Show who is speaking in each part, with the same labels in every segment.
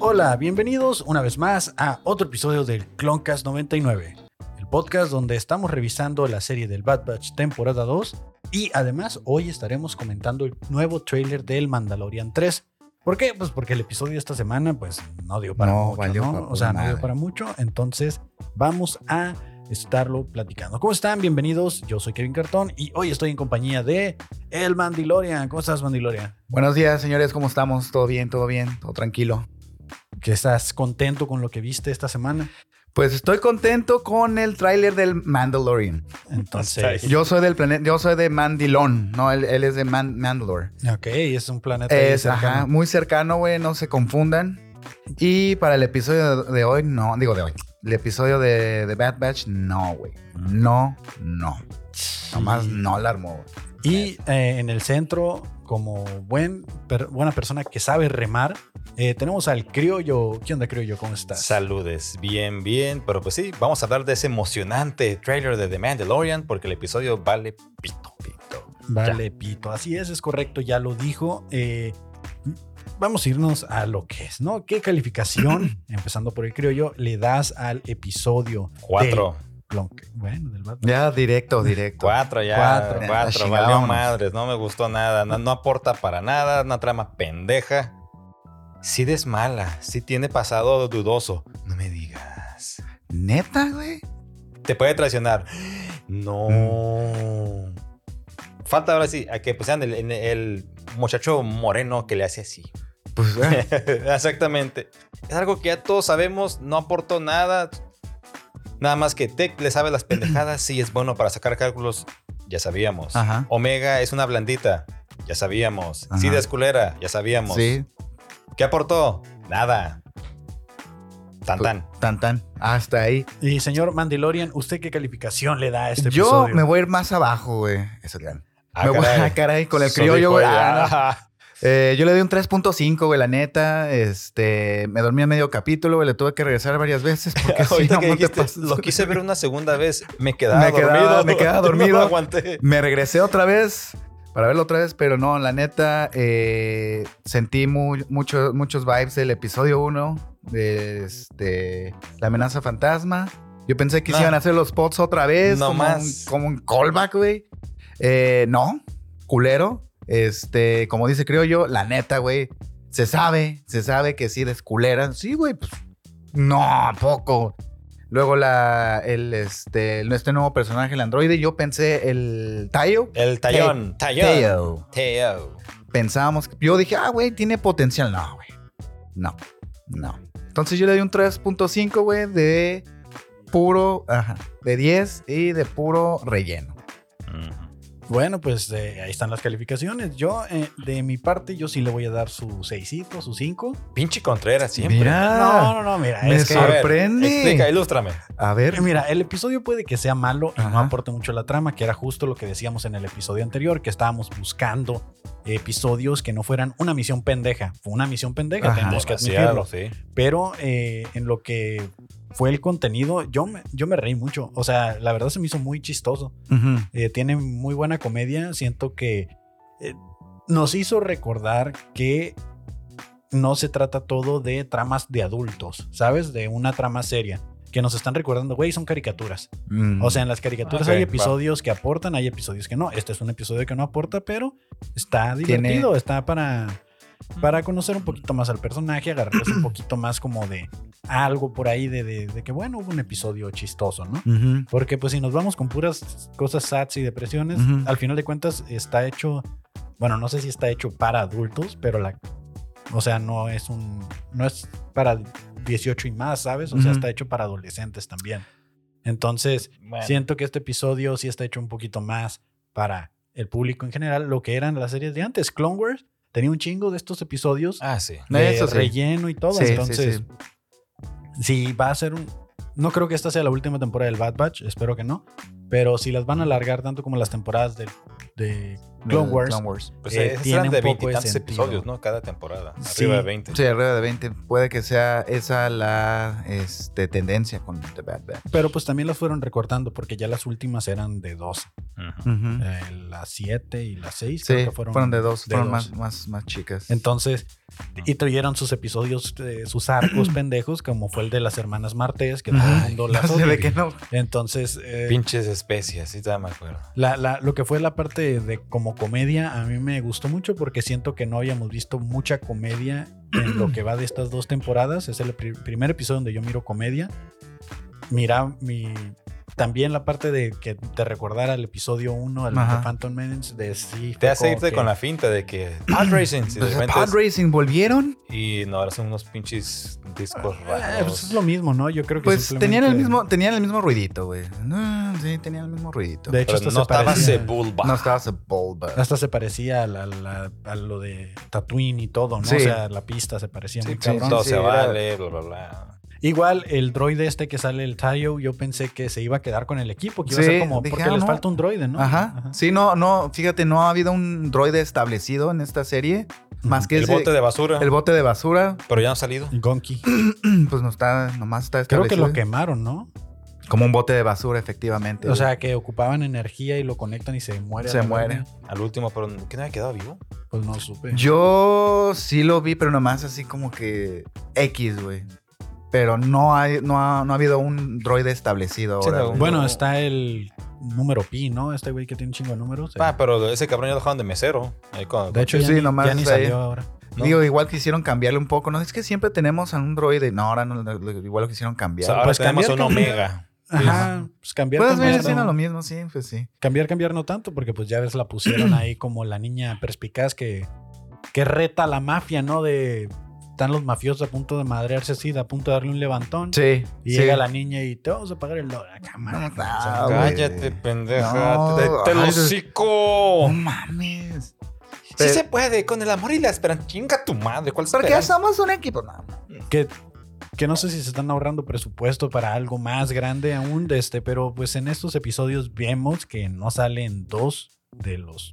Speaker 1: Hola, bienvenidos una vez más a otro episodio del Cloncast 99, el podcast donde estamos revisando la serie del Bad Batch temporada 2 y además hoy estaremos comentando el nuevo tráiler del Mandalorian 3. ¿Por qué? Pues porque el episodio de esta semana pues no dio para
Speaker 2: No
Speaker 1: mucho,
Speaker 2: valió
Speaker 1: ¿no?
Speaker 2: para
Speaker 1: o sea, no
Speaker 2: nada.
Speaker 1: dio para mucho, entonces vamos a estarlo platicando. ¿Cómo están? Bienvenidos. Yo soy Kevin Cartón y hoy estoy en compañía de El Mandalorian. ¿Cómo estás, Mandalorian?
Speaker 2: Buenos días, señores, ¿cómo estamos? ¿Todo bien? ¿Todo bien? ¿Todo tranquilo?
Speaker 1: ¿Que estás contento con lo que viste esta semana?
Speaker 2: Pues estoy contento con el tráiler del Mandalorian.
Speaker 1: Entonces,
Speaker 2: Yo soy del planeta, yo soy de Mandilón, no, él, él es de Man- Mandalore.
Speaker 1: Ok, es un planeta. ahí
Speaker 2: Es,
Speaker 1: cercano.
Speaker 2: ajá, muy cercano, güey, no se confundan. Y para el episodio de hoy, no, digo de hoy, el episodio de, de Bad Batch, no, güey. No, no. Nomás no la armó. güey.
Speaker 1: Y eh, en el centro, como buen, per- buena persona que sabe remar, eh, tenemos al criollo. ¿Qué onda, criollo? ¿Cómo estás?
Speaker 3: Saludes, bien, bien, pero pues sí, vamos a hablar de ese emocionante trailer de The Mandalorian porque el episodio vale pito, pito.
Speaker 1: Vale, Pito. Así es, es correcto, ya lo dijo. Eh, vamos a irnos a lo que es, ¿no? ¿Qué calificación, empezando por el criollo, le das al episodio?
Speaker 3: Cuatro,
Speaker 1: del Clonk? Bueno, del Batman.
Speaker 2: Ya, directo, directo.
Speaker 3: cuatro ya,
Speaker 1: Cuatro.
Speaker 3: cuatro,
Speaker 2: Ah,
Speaker 3: cuatro
Speaker 2: chingada,
Speaker 3: valió
Speaker 2: vámonos.
Speaker 3: madres, no me gustó nada, no, no aporta para nada, una trama pendeja. Sí desmala, sí tiene pasado dudoso, no me digas.
Speaker 2: Neta, güey.
Speaker 3: Te puede traicionar. No. Falta ahora sí, a que pues sean el, el muchacho moreno que le hace así.
Speaker 2: Pues, eh.
Speaker 3: Exactamente. Es algo que ya todos sabemos, no aportó nada. Nada más que Tech le sabe las pendejadas, sí es bueno para sacar cálculos, ya sabíamos.
Speaker 2: Ajá.
Speaker 3: Omega es una blandita, ya sabíamos.
Speaker 2: Ajá.
Speaker 3: Sí, es culera, ya sabíamos.
Speaker 2: Sí,
Speaker 3: ¿Qué aportó? Nada. Tan tan.
Speaker 2: tan tan. Hasta ahí.
Speaker 1: Y señor Mandalorian, ¿usted qué calificación le da a este
Speaker 2: Yo
Speaker 1: episodio?
Speaker 2: me voy a ir más abajo, güey. Eso ya.
Speaker 3: Ah,
Speaker 2: me voy
Speaker 3: caray.
Speaker 2: a caray con el
Speaker 3: Soy
Speaker 2: criollo, güey.
Speaker 3: bipolar.
Speaker 2: Ah, no. Eh, yo le doy un 3.5, güey, la neta. Este, me dormí a medio capítulo, güey. Le tuve que regresar varias veces porque si
Speaker 3: Ahorita
Speaker 2: no,
Speaker 3: que
Speaker 2: no te
Speaker 3: dijiste,
Speaker 2: pasas,
Speaker 3: lo
Speaker 2: güey.
Speaker 3: quise ver una segunda vez, me quedaba
Speaker 2: Me quedaba-
Speaker 3: dormido.
Speaker 2: me quedaba
Speaker 3: No
Speaker 2: dormido.
Speaker 3: aguanté.
Speaker 2: Me regresé otra vez para verlo otra vez, pero no, la neta, eh, sentí mu- mucho- muchos vibes del episodio 1 de este, La amenaza fantasma. Yo pensé que se
Speaker 3: No.
Speaker 2: iban a hacer los spots otra vez,
Speaker 3: Ah. No
Speaker 2: como,
Speaker 3: más.
Speaker 2: Un, como un callback, güey. Eh, no, culero. Este, como dice creo yo, la neta, güey, se sabe, se sabe que sí desculeran. Sí, güey, pues no, ¿a poco. Luego la, el, este, el- este nuevo personaje, el androide, yo pensé el Tayo.
Speaker 3: El tallón. Tallón.
Speaker 2: Tayo.
Speaker 3: Teo.
Speaker 2: Pensábamos, yo dije, ah, güey, tiene potencial. No, güey. No, no. Entonces yo le di un 3.5, güey, de puro, ajá, de 10 y de puro relleno.
Speaker 3: Ujú.
Speaker 1: Bueno, pues eh, ahí están las calificaciones. Yo, eh, de mi parte, yo sí le voy a dar su 6, su 5.
Speaker 3: Pinche Contreras siempre.
Speaker 1: No, no, no, mira,
Speaker 2: Ah, me
Speaker 1: es que,
Speaker 3: A ver,
Speaker 2: sorprende.
Speaker 3: explica, ilústrame.
Speaker 2: A ver,
Speaker 1: mira, el episodio puede que sea malo y no
Speaker 2: Ajá.
Speaker 1: aporte mucho a la trama, que era justo lo que decíamos en el episodio anterior, que estábamos buscando episodios que no fueran una misión pendeja. Fue una misión pendeja,
Speaker 2: Ajá.
Speaker 1: tenemos que
Speaker 3: Demasiado,
Speaker 1: admitirlo.
Speaker 3: sí.
Speaker 1: Pero eh, en lo que fue el contenido, yo me, yo me reí mucho. O sea, la verdad se me hizo muy chistoso.
Speaker 2: Ujú.
Speaker 1: Eh, tiene muy buena comedia. Siento que eh, nos hizo recordar que no se trata todo de tramas de adultos, ¿sabes? De una trama seria. Que nos están recordando, güey, son caricaturas.
Speaker 2: Mm.
Speaker 1: O sea, en las caricaturas
Speaker 3: Ok,
Speaker 1: hay episodios que aportan, hay episodios que no. Este es un episodio que no aporta, pero está
Speaker 2: Tiene-
Speaker 1: divertido, está para, para conocer un poquito más al personaje, agarrarse un poquito más como de algo por ahí, de, de- de que, bueno, hubo un episodio chistoso, ¿no?
Speaker 2: Ujú.
Speaker 1: Porque pues si nos vamos con puras cosas sats y depresiones,
Speaker 2: Ujú.
Speaker 1: al final de cuentas está hecho, bueno, no sé si está hecho para adultos, pero la o sea, no es un no es para 18 y más, ¿sabes? O sea,
Speaker 2: Ujú.
Speaker 1: está hecho para adolescentes también. Entonces,
Speaker 3: Bueno,
Speaker 1: siento que este episodio sí está hecho un poquito más para el público en general, lo que eran las series de antes, Clone Wars tenía un chingo de estos episodios
Speaker 3: Ah, sí.
Speaker 1: de
Speaker 2: Eso sí.
Speaker 1: relleno y todo,
Speaker 2: Sí, sí,
Speaker 1: entonces
Speaker 2: sí.
Speaker 1: si va a ser un... No creo que esta sea la última temporada del Bad Batch, espero que no. Pero si las van a alargar tanto como las temporadas del- de, Clone Wars,
Speaker 3: Pues
Speaker 1: eh,
Speaker 3: esas
Speaker 1: tiene
Speaker 3: eran
Speaker 1: un poco
Speaker 3: de
Speaker 1: de
Speaker 3: veintitantos
Speaker 1: sentido.
Speaker 3: episodios, ¿no? Cada temporada.
Speaker 1: Sí.
Speaker 3: Arriba de 20.
Speaker 2: Sí, arriba de 20. Puede que sea esa la este, tendencia con The Bad Batch.
Speaker 1: pero pues también las fueron recortando porque ya las últimas eran de 12.
Speaker 3: Ujú.
Speaker 2: Ujú.
Speaker 1: Eh, las 7 y las 6
Speaker 2: Sí, fueron, de dos,
Speaker 1: de
Speaker 2: fueron
Speaker 1: dos.
Speaker 2: Más, más, más chicas.
Speaker 1: Entonces, Y tuvieron sus episodios, eh, sus arcos pendejos, como fue el de las hermanas Martes, que todo el
Speaker 2: Ay,
Speaker 1: mundo
Speaker 2: no
Speaker 1: las
Speaker 2: sé
Speaker 1: odia.
Speaker 2: de qué no.
Speaker 1: Entonces, eh,
Speaker 3: Pinches especies, sí, todavía me acuerdo.
Speaker 1: la- la- lo que fue la parte de como comedia, a mí me gustó mucho porque siento que no habíamos visto mucha comedia en lo que va de estas dos temporadas. Es el pri- primer episodio donde yo miro comedia. Mira, mi, también la parte de que te recordara el episodio 1, el de
Speaker 2: Ajá.
Speaker 1: Phantom Menace, de sí.
Speaker 3: Te
Speaker 1: fue
Speaker 3: hace
Speaker 1: como
Speaker 3: irte
Speaker 1: que-
Speaker 3: con la finta de que Pod Racing, si de
Speaker 2: Pues,
Speaker 3: repente
Speaker 2: Pod
Speaker 3: es-
Speaker 2: Racing volvieron.
Speaker 3: Y no, ahora son unos pinches discos
Speaker 1: Eh, pues es
Speaker 3: raros.
Speaker 1: lo mismo, ¿no? Yo creo que
Speaker 2: Pues
Speaker 1: simplemente-
Speaker 2: tenían el mismo, tenían el mismo ruidito, güey. No, sí, tenían el mismo ruidito.
Speaker 1: De hecho,
Speaker 3: Pero
Speaker 1: hasta
Speaker 3: no
Speaker 1: se
Speaker 3: estaba
Speaker 1: parecía.
Speaker 3: Sebulba.
Speaker 2: no estabas a Bulba.
Speaker 1: Hasta se parecía a, la- la- a lo de Tatooine y todo, ¿no?
Speaker 2: Sí.
Speaker 1: O sea, la pista se parecía
Speaker 3: Sí,
Speaker 1: muy
Speaker 3: sí,
Speaker 1: cabrón.
Speaker 3: todo
Speaker 2: sí,
Speaker 3: se
Speaker 2: era-
Speaker 3: vale, bla, bla, bla.
Speaker 1: Igual el droide este que sale el Tayo, yo pensé que se iba a quedar con el equipo, que iba
Speaker 2: Sí,
Speaker 1: a ser como
Speaker 2: dije,
Speaker 1: porque
Speaker 2: ah,
Speaker 1: les
Speaker 2: no.
Speaker 1: falta un droide, ¿no?
Speaker 2: Ajá. Sí, no, no, fíjate, no ha habido un droide establecido en esta serie. Más que
Speaker 3: El
Speaker 2: ese-
Speaker 3: bote de basura.
Speaker 2: el bote de basura,
Speaker 3: Pero ya no ha salido.
Speaker 1: Gonki.
Speaker 2: pues no está, nomás está
Speaker 1: Creo que
Speaker 2: establecido.
Speaker 1: lo quemaron, ¿no?
Speaker 2: Como un bote de basura, efectivamente.
Speaker 1: O
Speaker 2: güey.
Speaker 1: sea, que ocupaban energía y lo conectan y se muere.
Speaker 2: Se
Speaker 1: la
Speaker 2: muere.
Speaker 1: verga.
Speaker 3: Al último, pero ¿qué no había quedado vivo?
Speaker 1: Pues no supe.
Speaker 2: Yo sí lo vi, pero nomás así como que X, güey. Pero no, hay, no, ha, no ha habido un droide establecido
Speaker 3: Sí,
Speaker 2: ahora.
Speaker 3: no,
Speaker 2: güey.
Speaker 1: Bueno, está el número pi, ¿no? Este güey que tiene un chingo de números.
Speaker 3: Ah, pero ese cabrón ya lo dejaron de mesero. Ahí con-
Speaker 1: de hecho,
Speaker 2: sí,
Speaker 1: ya, ni,
Speaker 2: nomás
Speaker 1: ya ni
Speaker 2: está ahí.
Speaker 1: salió ahora.
Speaker 3: ¿no?
Speaker 2: Digo, igual quisieron cambiarle un poco. No, es que siempre tenemos a un droide. No, ahora no, lo- lo- igual lo quisieron
Speaker 3: O
Speaker 2: cambiar.
Speaker 3: sea, ahora
Speaker 1: Pues
Speaker 3: tenemos
Speaker 1: cambiar,
Speaker 3: un
Speaker 1: cambiar.
Speaker 3: Omega.
Speaker 1: Ajá, pues cambiar
Speaker 2: Puedes
Speaker 1: también, ¿no?
Speaker 2: venir haciendo lo mismo, sí, pues sí.
Speaker 1: Cambiar, cambiar no tanto, porque pues ya ves, la pusieron ahí como la niña perspicaz que, que reta a la mafia, ¿no? De están los mafiosos a punto de madrearse así, de a punto de darle un levantón.
Speaker 2: Sí.
Speaker 1: Y
Speaker 2: sí.
Speaker 1: llega la niña y te vamos a pagar el dólar. Cámara,
Speaker 2: No,
Speaker 1: o sea,
Speaker 2: Ah, güey.
Speaker 3: Cállate, pendeja.
Speaker 2: No,
Speaker 3: te, te lo
Speaker 2: ay, eso-
Speaker 3: hocico.
Speaker 2: No mames.
Speaker 3: Sí
Speaker 2: Pero-
Speaker 3: se puede, con el amor y la esperanza. Chinga tu madre. ¿Cuál
Speaker 2: ¿Por qué
Speaker 3: esperanza?
Speaker 2: somos un equipo? No,
Speaker 1: que, que no sé si se están ahorrando presupuesto para algo más grande aún de este, pero pues en estos episodios vemos que no salen dos de los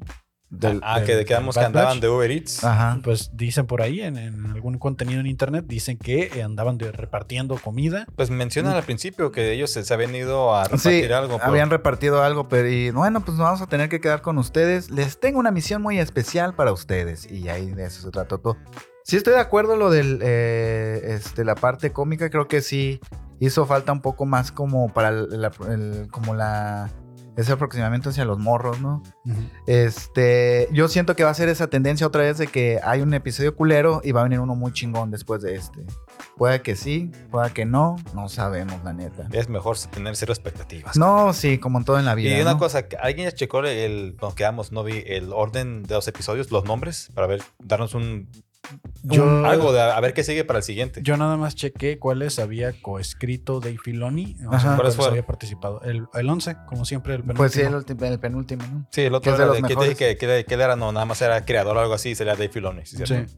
Speaker 2: del-
Speaker 3: Ah, que
Speaker 1: del-
Speaker 3: quedamos que
Speaker 1: del Bad
Speaker 3: andaban
Speaker 1: Batch.
Speaker 3: de Uber Eats.
Speaker 2: Ajá.
Speaker 1: pues dicen por ahí en, en algún contenido en internet dicen que eh, andaban de- repartiendo comida
Speaker 3: Pues mencionan al principio que ellos se, se habían ido a repartir
Speaker 2: Sí,
Speaker 3: algo. pero-
Speaker 2: habían repartido algo, pero y, bueno, pues nos vamos a tener que quedar con ustedes. Les tengo una misión muy especial para ustedes. Y ahí de eso se trató todo. Sí estoy de acuerdo lo del eh, este, la parte cómica, creo que sí hizo falta un poco más como para el- la- el- como la ese aproximamiento hacia los morros, ¿no? Este, yo siento que va a ser esa tendencia otra vez de que hay un episodio culero y va a venir uno muy chingón después de este. Puede que sí, pueda que no, no sabemos la neta.
Speaker 3: Es mejor tener cero expectativas.
Speaker 2: No, sí, como en todo en la vida.
Speaker 3: Y una
Speaker 2: ¿no?
Speaker 3: cosa, que ¿alguien ya checó el, nos quedamos, no vi el orden de los episodios, los nombres, para ver, darnos un,
Speaker 1: Yo-
Speaker 3: un- algo de a ver qué sigue para el siguiente?
Speaker 1: Yo nada más chequé cuáles había coescrito Dave Filoni. O
Speaker 2: Ajá.
Speaker 1: sea,
Speaker 3: ¿Cuáles
Speaker 1: cuáles
Speaker 3: fueron?
Speaker 1: había participado. El, el 11, como siempre, el
Speaker 2: Pues sí, el,
Speaker 1: penúltimo.
Speaker 2: ulti- el penúltimo, ¿no?
Speaker 3: sí, el
Speaker 2: que
Speaker 3: otro
Speaker 2: es de
Speaker 3: era
Speaker 2: los
Speaker 3: de, que te
Speaker 2: mejores.
Speaker 3: dije que, que- que él era, no, nada más era creador o algo así, sería Dave Filoni. ¿sí es
Speaker 1: Sí.
Speaker 3: cierto?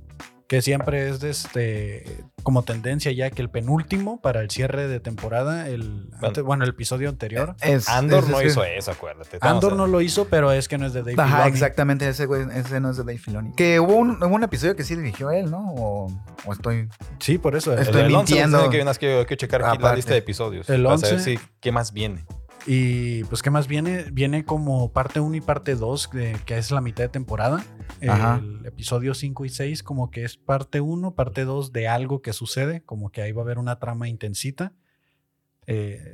Speaker 1: Que siempre es de este como tendencia ya que el penúltimo para el cierre de temporada, el antes- bueno,
Speaker 3: Bueno.
Speaker 1: el episodio anterior.
Speaker 2: Es-
Speaker 3: Andor
Speaker 2: es-
Speaker 3: no
Speaker 2: es-
Speaker 3: hizo eso, acuérdate.
Speaker 1: Andor no lo hizo, pero es que no es de Dave
Speaker 2: Ajá,
Speaker 1: Filoni.
Speaker 2: exactamente, ese, güey, ese no es de Dave Filoni. Que hubo un, hubo un episodio que sí dirigió él, ¿no? O, o estoy...
Speaker 1: Sí, por eso.
Speaker 2: Estoy
Speaker 3: el pues, 11,
Speaker 2: mintiendo.
Speaker 3: tiene que, unas que, hay que checar aquí la
Speaker 2: Aparte.
Speaker 3: lista de episodios.
Speaker 1: El
Speaker 3: para saber
Speaker 1: 11.
Speaker 3: si- qué más viene.
Speaker 1: Y pues, ¿qué más viene? Viene como parte 1 y parte 2, que, que es la mitad de temporada.
Speaker 2: Ajá.
Speaker 1: El episodio 5 y 6, como que es parte 1, parte 2 de algo que sucede, como que ahí va a haber una trama intensita. Eh,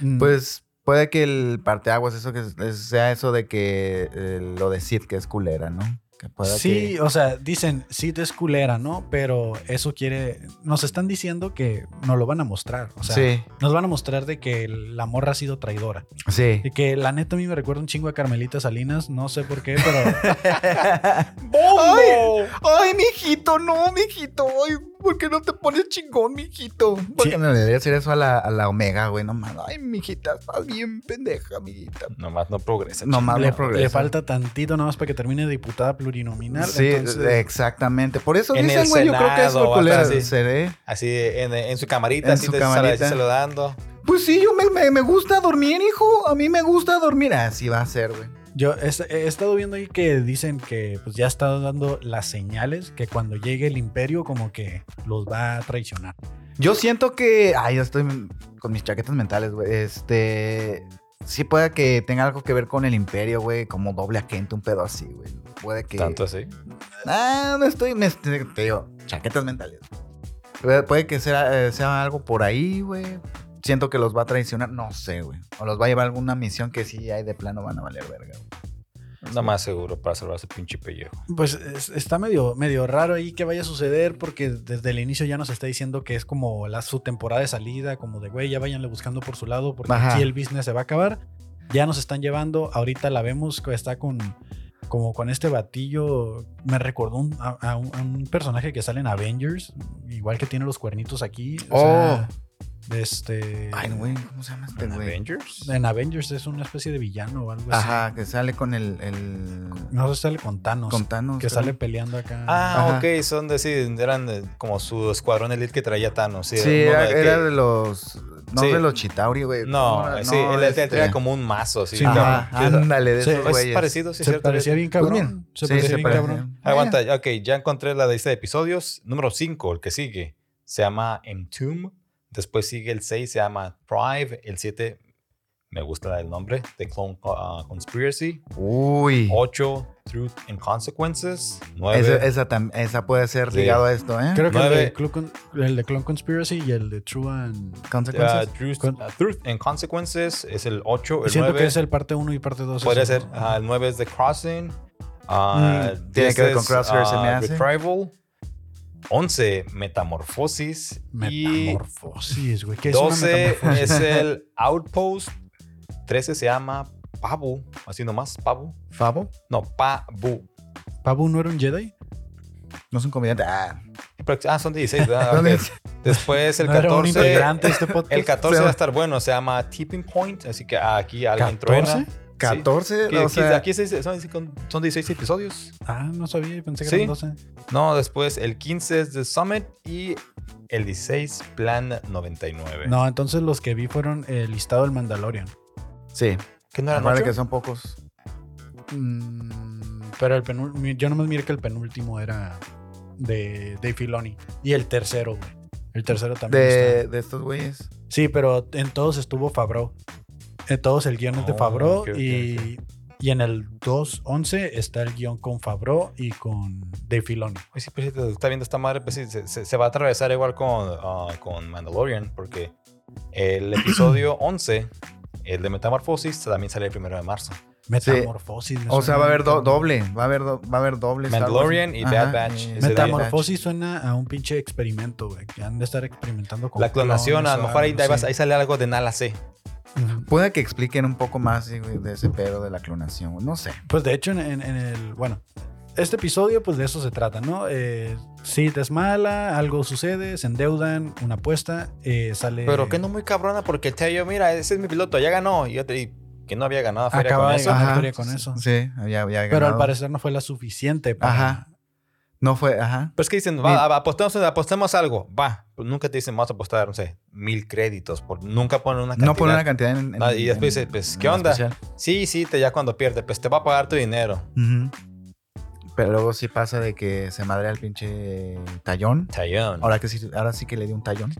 Speaker 1: mm,
Speaker 2: Pues puede que el parteaguas eso que es- es- sea eso de que eh, lo de Sid que es culera, ¿no? Que pueda
Speaker 1: sí,
Speaker 2: que-
Speaker 1: o sea, dicen, sí te es culera, ¿no? Pero eso quiere, nos están diciendo que nos lo van a mostrar, o sea,
Speaker 2: sí,
Speaker 1: nos van a mostrar de que la morra ha sido traidora.
Speaker 2: sí.
Speaker 1: Y que la neta a mí me recuerda un chingo a Carmelita Salinas, no sé por qué, pero...
Speaker 2: ¡Ay! ¡Ay, mijito! ¡No, mijito! ¡Ay! ¿Por qué no te pones chingón, mijito? ¿Por
Speaker 1: Sí.
Speaker 2: qué no le debería hacer eso a la, a la Omega, güey? No mames. ¡Ay, mijita! Estás bien pendeja, amiguita.
Speaker 3: Nomás no progresa.
Speaker 2: No mames,
Speaker 1: le,
Speaker 2: no progresa.
Speaker 1: le falta tantito nada más para que termine diputada plurinominal.
Speaker 2: Sí,
Speaker 1: entonces,
Speaker 2: exactamente. Por eso
Speaker 3: En el
Speaker 2: dicen, güey, yo creo que es
Speaker 3: Senado,
Speaker 2: lo culero. ¿eh?
Speaker 3: así.
Speaker 2: Seré.
Speaker 3: Así en, en su camarita,
Speaker 2: En
Speaker 3: así
Speaker 2: su
Speaker 3: te sale-
Speaker 2: camarita.
Speaker 3: saludando.
Speaker 2: Pues sí, yo me, me- me gusta dormir, hijo. A mí me gusta dormir. Así va a ser, güey.
Speaker 1: yo he, he estado viendo ahí que dicen que pues ya está dando las señales que cuando llegue el imperio como que los va a traicionar.
Speaker 2: Yo siento que. Ay, yo estoy con mis chaquetas mentales, güey. Este. Sí, puede que tenga algo que ver con el imperio, güey. Como doble agente, un pedo así, güey. Puede que.
Speaker 3: Tanto así.
Speaker 2: Ah, no estoy. Me, te digo, chaquetas mentales. Pu- Puede que sea, eh, sea algo por ahí, güey. Siento que los va a traicionar, no sé, güey. O los va a llevar a alguna misión que sí, ahí de plano van a valer verga. güey.
Speaker 3: Nada más seguro para salvarse pinche pellejo.
Speaker 1: Pues es- está medio, medio raro ahí que vaya a suceder porque desde el inicio ya nos está diciendo que es como la, su temporada de salida, como de güey, ya váyanle buscando por su lado porque
Speaker 2: Ajá.
Speaker 1: aquí el business se va a acabar. Ya nos están llevando, ahorita la vemos que está con como con este batillo, me recordó un- a, a un, a un personaje que sale en Avengers, igual que tiene los cuernitos aquí. o sea,
Speaker 2: Oh.
Speaker 1: este...
Speaker 2: Ay, güey, ¿cómo se llama este
Speaker 3: ¿En
Speaker 2: güey?
Speaker 3: Avengers?
Speaker 1: En Avengers es una especie de villano o algo así.
Speaker 2: Ajá, que sale con el. el
Speaker 1: No sé, sale con Thanos.
Speaker 2: con Thanos,
Speaker 1: que
Speaker 2: creo.
Speaker 1: sale peleando acá.
Speaker 3: Ah,
Speaker 2: Ajá.
Speaker 3: ok, son de sí, eran eh, como su escuadrón elite que traía Thanos. Sí,
Speaker 2: Sí,
Speaker 3: uno
Speaker 2: era,
Speaker 3: de que-
Speaker 2: era de los. No
Speaker 3: Sí.
Speaker 2: de los Chitauri, güey.
Speaker 3: No, sí, él él
Speaker 2: este-
Speaker 3: traía como un mazo, sí.
Speaker 1: Sí,
Speaker 3: como-
Speaker 2: Ajá,
Speaker 3: sí, o sea,
Speaker 2: ándale, de
Speaker 1: Sí,
Speaker 2: esos
Speaker 3: es
Speaker 2: güeyes.
Speaker 3: parecido, sí,
Speaker 1: se
Speaker 3: cierto.
Speaker 1: parecía bien
Speaker 2: Pues
Speaker 1: cabrón.
Speaker 2: bien,
Speaker 1: se
Speaker 2: sí,
Speaker 1: parecía
Speaker 2: se
Speaker 1: bien
Speaker 2: parece.
Speaker 1: cabrón.
Speaker 3: Aguanta, ok, ya encontré la lista de episodios. Número 5, el que sigue, se llama Entomb. Después sigue el 6, se llama Thrive. El 7, me gusta el nombre, The Clone uh, Conspiracy.
Speaker 2: Uy.
Speaker 3: 8, Truth and Consequences. 9,
Speaker 2: Esa, esa, tam- esa puede ser
Speaker 3: Sí.
Speaker 2: ligado a esto, ¿eh?
Speaker 1: Creo que el de,
Speaker 3: Nueve.
Speaker 1: Clu- con- el de Clone Conspiracy y el de True and...
Speaker 2: Consecuencias.
Speaker 3: truth,
Speaker 1: Con-
Speaker 3: uh, Truth and Consequences es el 8. El
Speaker 1: Siento
Speaker 3: 9
Speaker 1: que es el parte 1 y parte 2.
Speaker 3: Pues podría ser. ah, el 9 es The Crossing. ah,
Speaker 2: Mm, tiene que ver
Speaker 3: 10
Speaker 2: con
Speaker 3: es,
Speaker 2: Crosshair, se me
Speaker 3: ah,
Speaker 2: hace.
Speaker 3: Retrieval. 11, Metamorfosis. Y
Speaker 1: Metamorfosis, güey. ¿Qué es una
Speaker 3: 12
Speaker 1: metamorfosis?
Speaker 3: es el Outpost. 13 se llama Pabu. Así nomás, Pabu.
Speaker 2: ¿Fabo?
Speaker 3: No, Pabu.
Speaker 1: ¿Pabu no era un Jedi?
Speaker 2: No es un comediante. Ah,
Speaker 3: Pero- Ah, son 16. ¿verdad?
Speaker 2: ¿dónde
Speaker 3: Ok.
Speaker 2: es?
Speaker 3: Después el
Speaker 1: ¿No era un
Speaker 3: 14.
Speaker 1: integrante de este podcast?
Speaker 3: El 14
Speaker 2: Se
Speaker 3: va a
Speaker 2: va.
Speaker 3: estar bueno, se llama Tipping Point, así que aquí alguien
Speaker 1: 14?
Speaker 3: truena. Sí.
Speaker 2: 14,
Speaker 3: Aquí,
Speaker 2: o
Speaker 3: aquí-
Speaker 2: sea,
Speaker 3: aquí se dice- son, son, 16 episodios.
Speaker 1: Ah, no sabía. Pensé que
Speaker 3: Sí.
Speaker 1: eran 12.
Speaker 3: No, después el 15 es The Summit y el 16 Plan 99.
Speaker 1: No, entonces los que vi fueron el listado del Mandalorian.
Speaker 2: sí,
Speaker 3: ¿Qué no eran
Speaker 2: aparte
Speaker 3: ocho?
Speaker 2: que son pocos.
Speaker 1: Mm, pero el penúltimo... Yo nomás miré que el penúltimo era de Dave Filoni. Y el tercero, güey. El tercero también está.
Speaker 2: De, de estos güeyes.
Speaker 1: Sí, pero en todos estuvo Fabro. En todos el guión es de
Speaker 3: Oh,
Speaker 1: Fabro
Speaker 3: ok, ok,
Speaker 1: y, y en el 2.11 está el guión con Fabro y con Dave Filoni.
Speaker 3: Oye, sí, pues, sí, te- está viendo esta madre, pues sí, se, se- se va a atravesar igual con, ah, con Mandalorian, porque el episodio 11, el de Metamorfosis, también sale el primero de marzo.
Speaker 1: Metamorfosis. me
Speaker 2: O sea,
Speaker 1: suena
Speaker 2: va a haber do-
Speaker 1: como-
Speaker 2: doble. Va a haber, do- va a haber doble. Star Wars.
Speaker 3: Mandalorian y Bad Batch.
Speaker 2: y
Speaker 3: Ese de-
Speaker 1: Metamorfosis suena a un pinche experimento, güey. Que han de estar experimentando con
Speaker 3: La clonación,
Speaker 1: clones
Speaker 3: a
Speaker 1: o
Speaker 3: lo mejor ahí,
Speaker 1: algo,
Speaker 3: ahí vas-
Speaker 1: sí.
Speaker 3: ahí sale algo de Nala C.
Speaker 1: Ujú.
Speaker 2: Puede que expliquen un poco más sí, güey, de ese pedo de la clonación. güey. No sé.
Speaker 1: Pues de hecho, en, en- en el. Bueno, este episodio, pues de eso se trata, ¿no? Eh, Sid es mala, algo sucede, se endeudan, una apuesta, eh, sale.
Speaker 3: Pero que no muy cabrona, porque el Tello, mira, ese es mi piloto, ya ganó. Y, otro, y que no había ganado feria
Speaker 1: Acaba
Speaker 3: con
Speaker 1: de
Speaker 3: eso.
Speaker 1: ganar. feria con eso.
Speaker 2: Sí, había, había
Speaker 1: Pero al
Speaker 2: ganado.
Speaker 1: parecer no fue la suficiente para.
Speaker 2: Ajá. No fue, ajá.
Speaker 3: Pues que dicen, va, a- apostemos, apostemos algo, va. Pues nunca te dicen, vamos a apostar, no sé, mil créditos. Por, nunca ponen una cantidad.
Speaker 2: No ponen una cantidad en. en-
Speaker 3: Ah, y después
Speaker 2: en-
Speaker 3: dice, pues,
Speaker 2: en
Speaker 3: ¿qué onda?
Speaker 2: especial.
Speaker 3: Sí, sí, te, ya cuando pierde, pues te va a pagar tu dinero.
Speaker 2: Ujú. Pero luego sí pasa de que se madrea el pinche tallón.
Speaker 3: Tallón.
Speaker 2: Ahora, que sí, ahora sí que le di un tallón.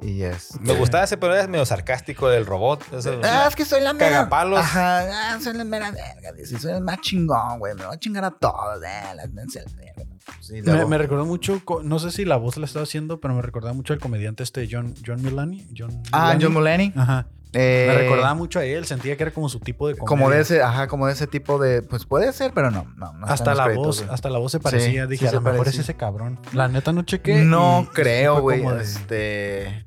Speaker 2: Y es.
Speaker 3: Me gustaba ese, pero era medio sarcástico del robot. Eso-
Speaker 2: Ah, es que soy la mera.
Speaker 3: Cagapalos.
Speaker 2: Ajá, ah, soy la mera verga. Dice, soy el más chingón, güey. Me voy a chingar a todos. Eh, las dense a la verga. Pues Sí,
Speaker 1: Me,
Speaker 2: luego-
Speaker 1: me recordó mucho, co- no sé si la voz la estaba haciendo, pero me recordaba mucho al comediante este John, John Milani. John
Speaker 2: Ah,
Speaker 1: Mulaney.
Speaker 2: John Mulaney.
Speaker 1: Ajá.
Speaker 2: Eh,
Speaker 1: me recordaba mucho a él, sentía que era como su tipo de comedia.
Speaker 2: Como de ese, ajá, como de ese tipo de. Pues puede ser, pero no. no, no está
Speaker 1: hasta
Speaker 2: en los
Speaker 1: la
Speaker 2: créditos,
Speaker 1: voz,
Speaker 2: güey.
Speaker 1: hasta la voz se parecía.
Speaker 2: Sí,
Speaker 1: Dije,
Speaker 2: sí
Speaker 1: a
Speaker 2: se
Speaker 1: lo mejor es
Speaker 2: parecía.
Speaker 1: ese cabrón. La neta no chequé.
Speaker 2: No
Speaker 1: y-
Speaker 2: creo,
Speaker 1: fue
Speaker 2: güey.
Speaker 1: como de-
Speaker 2: Este.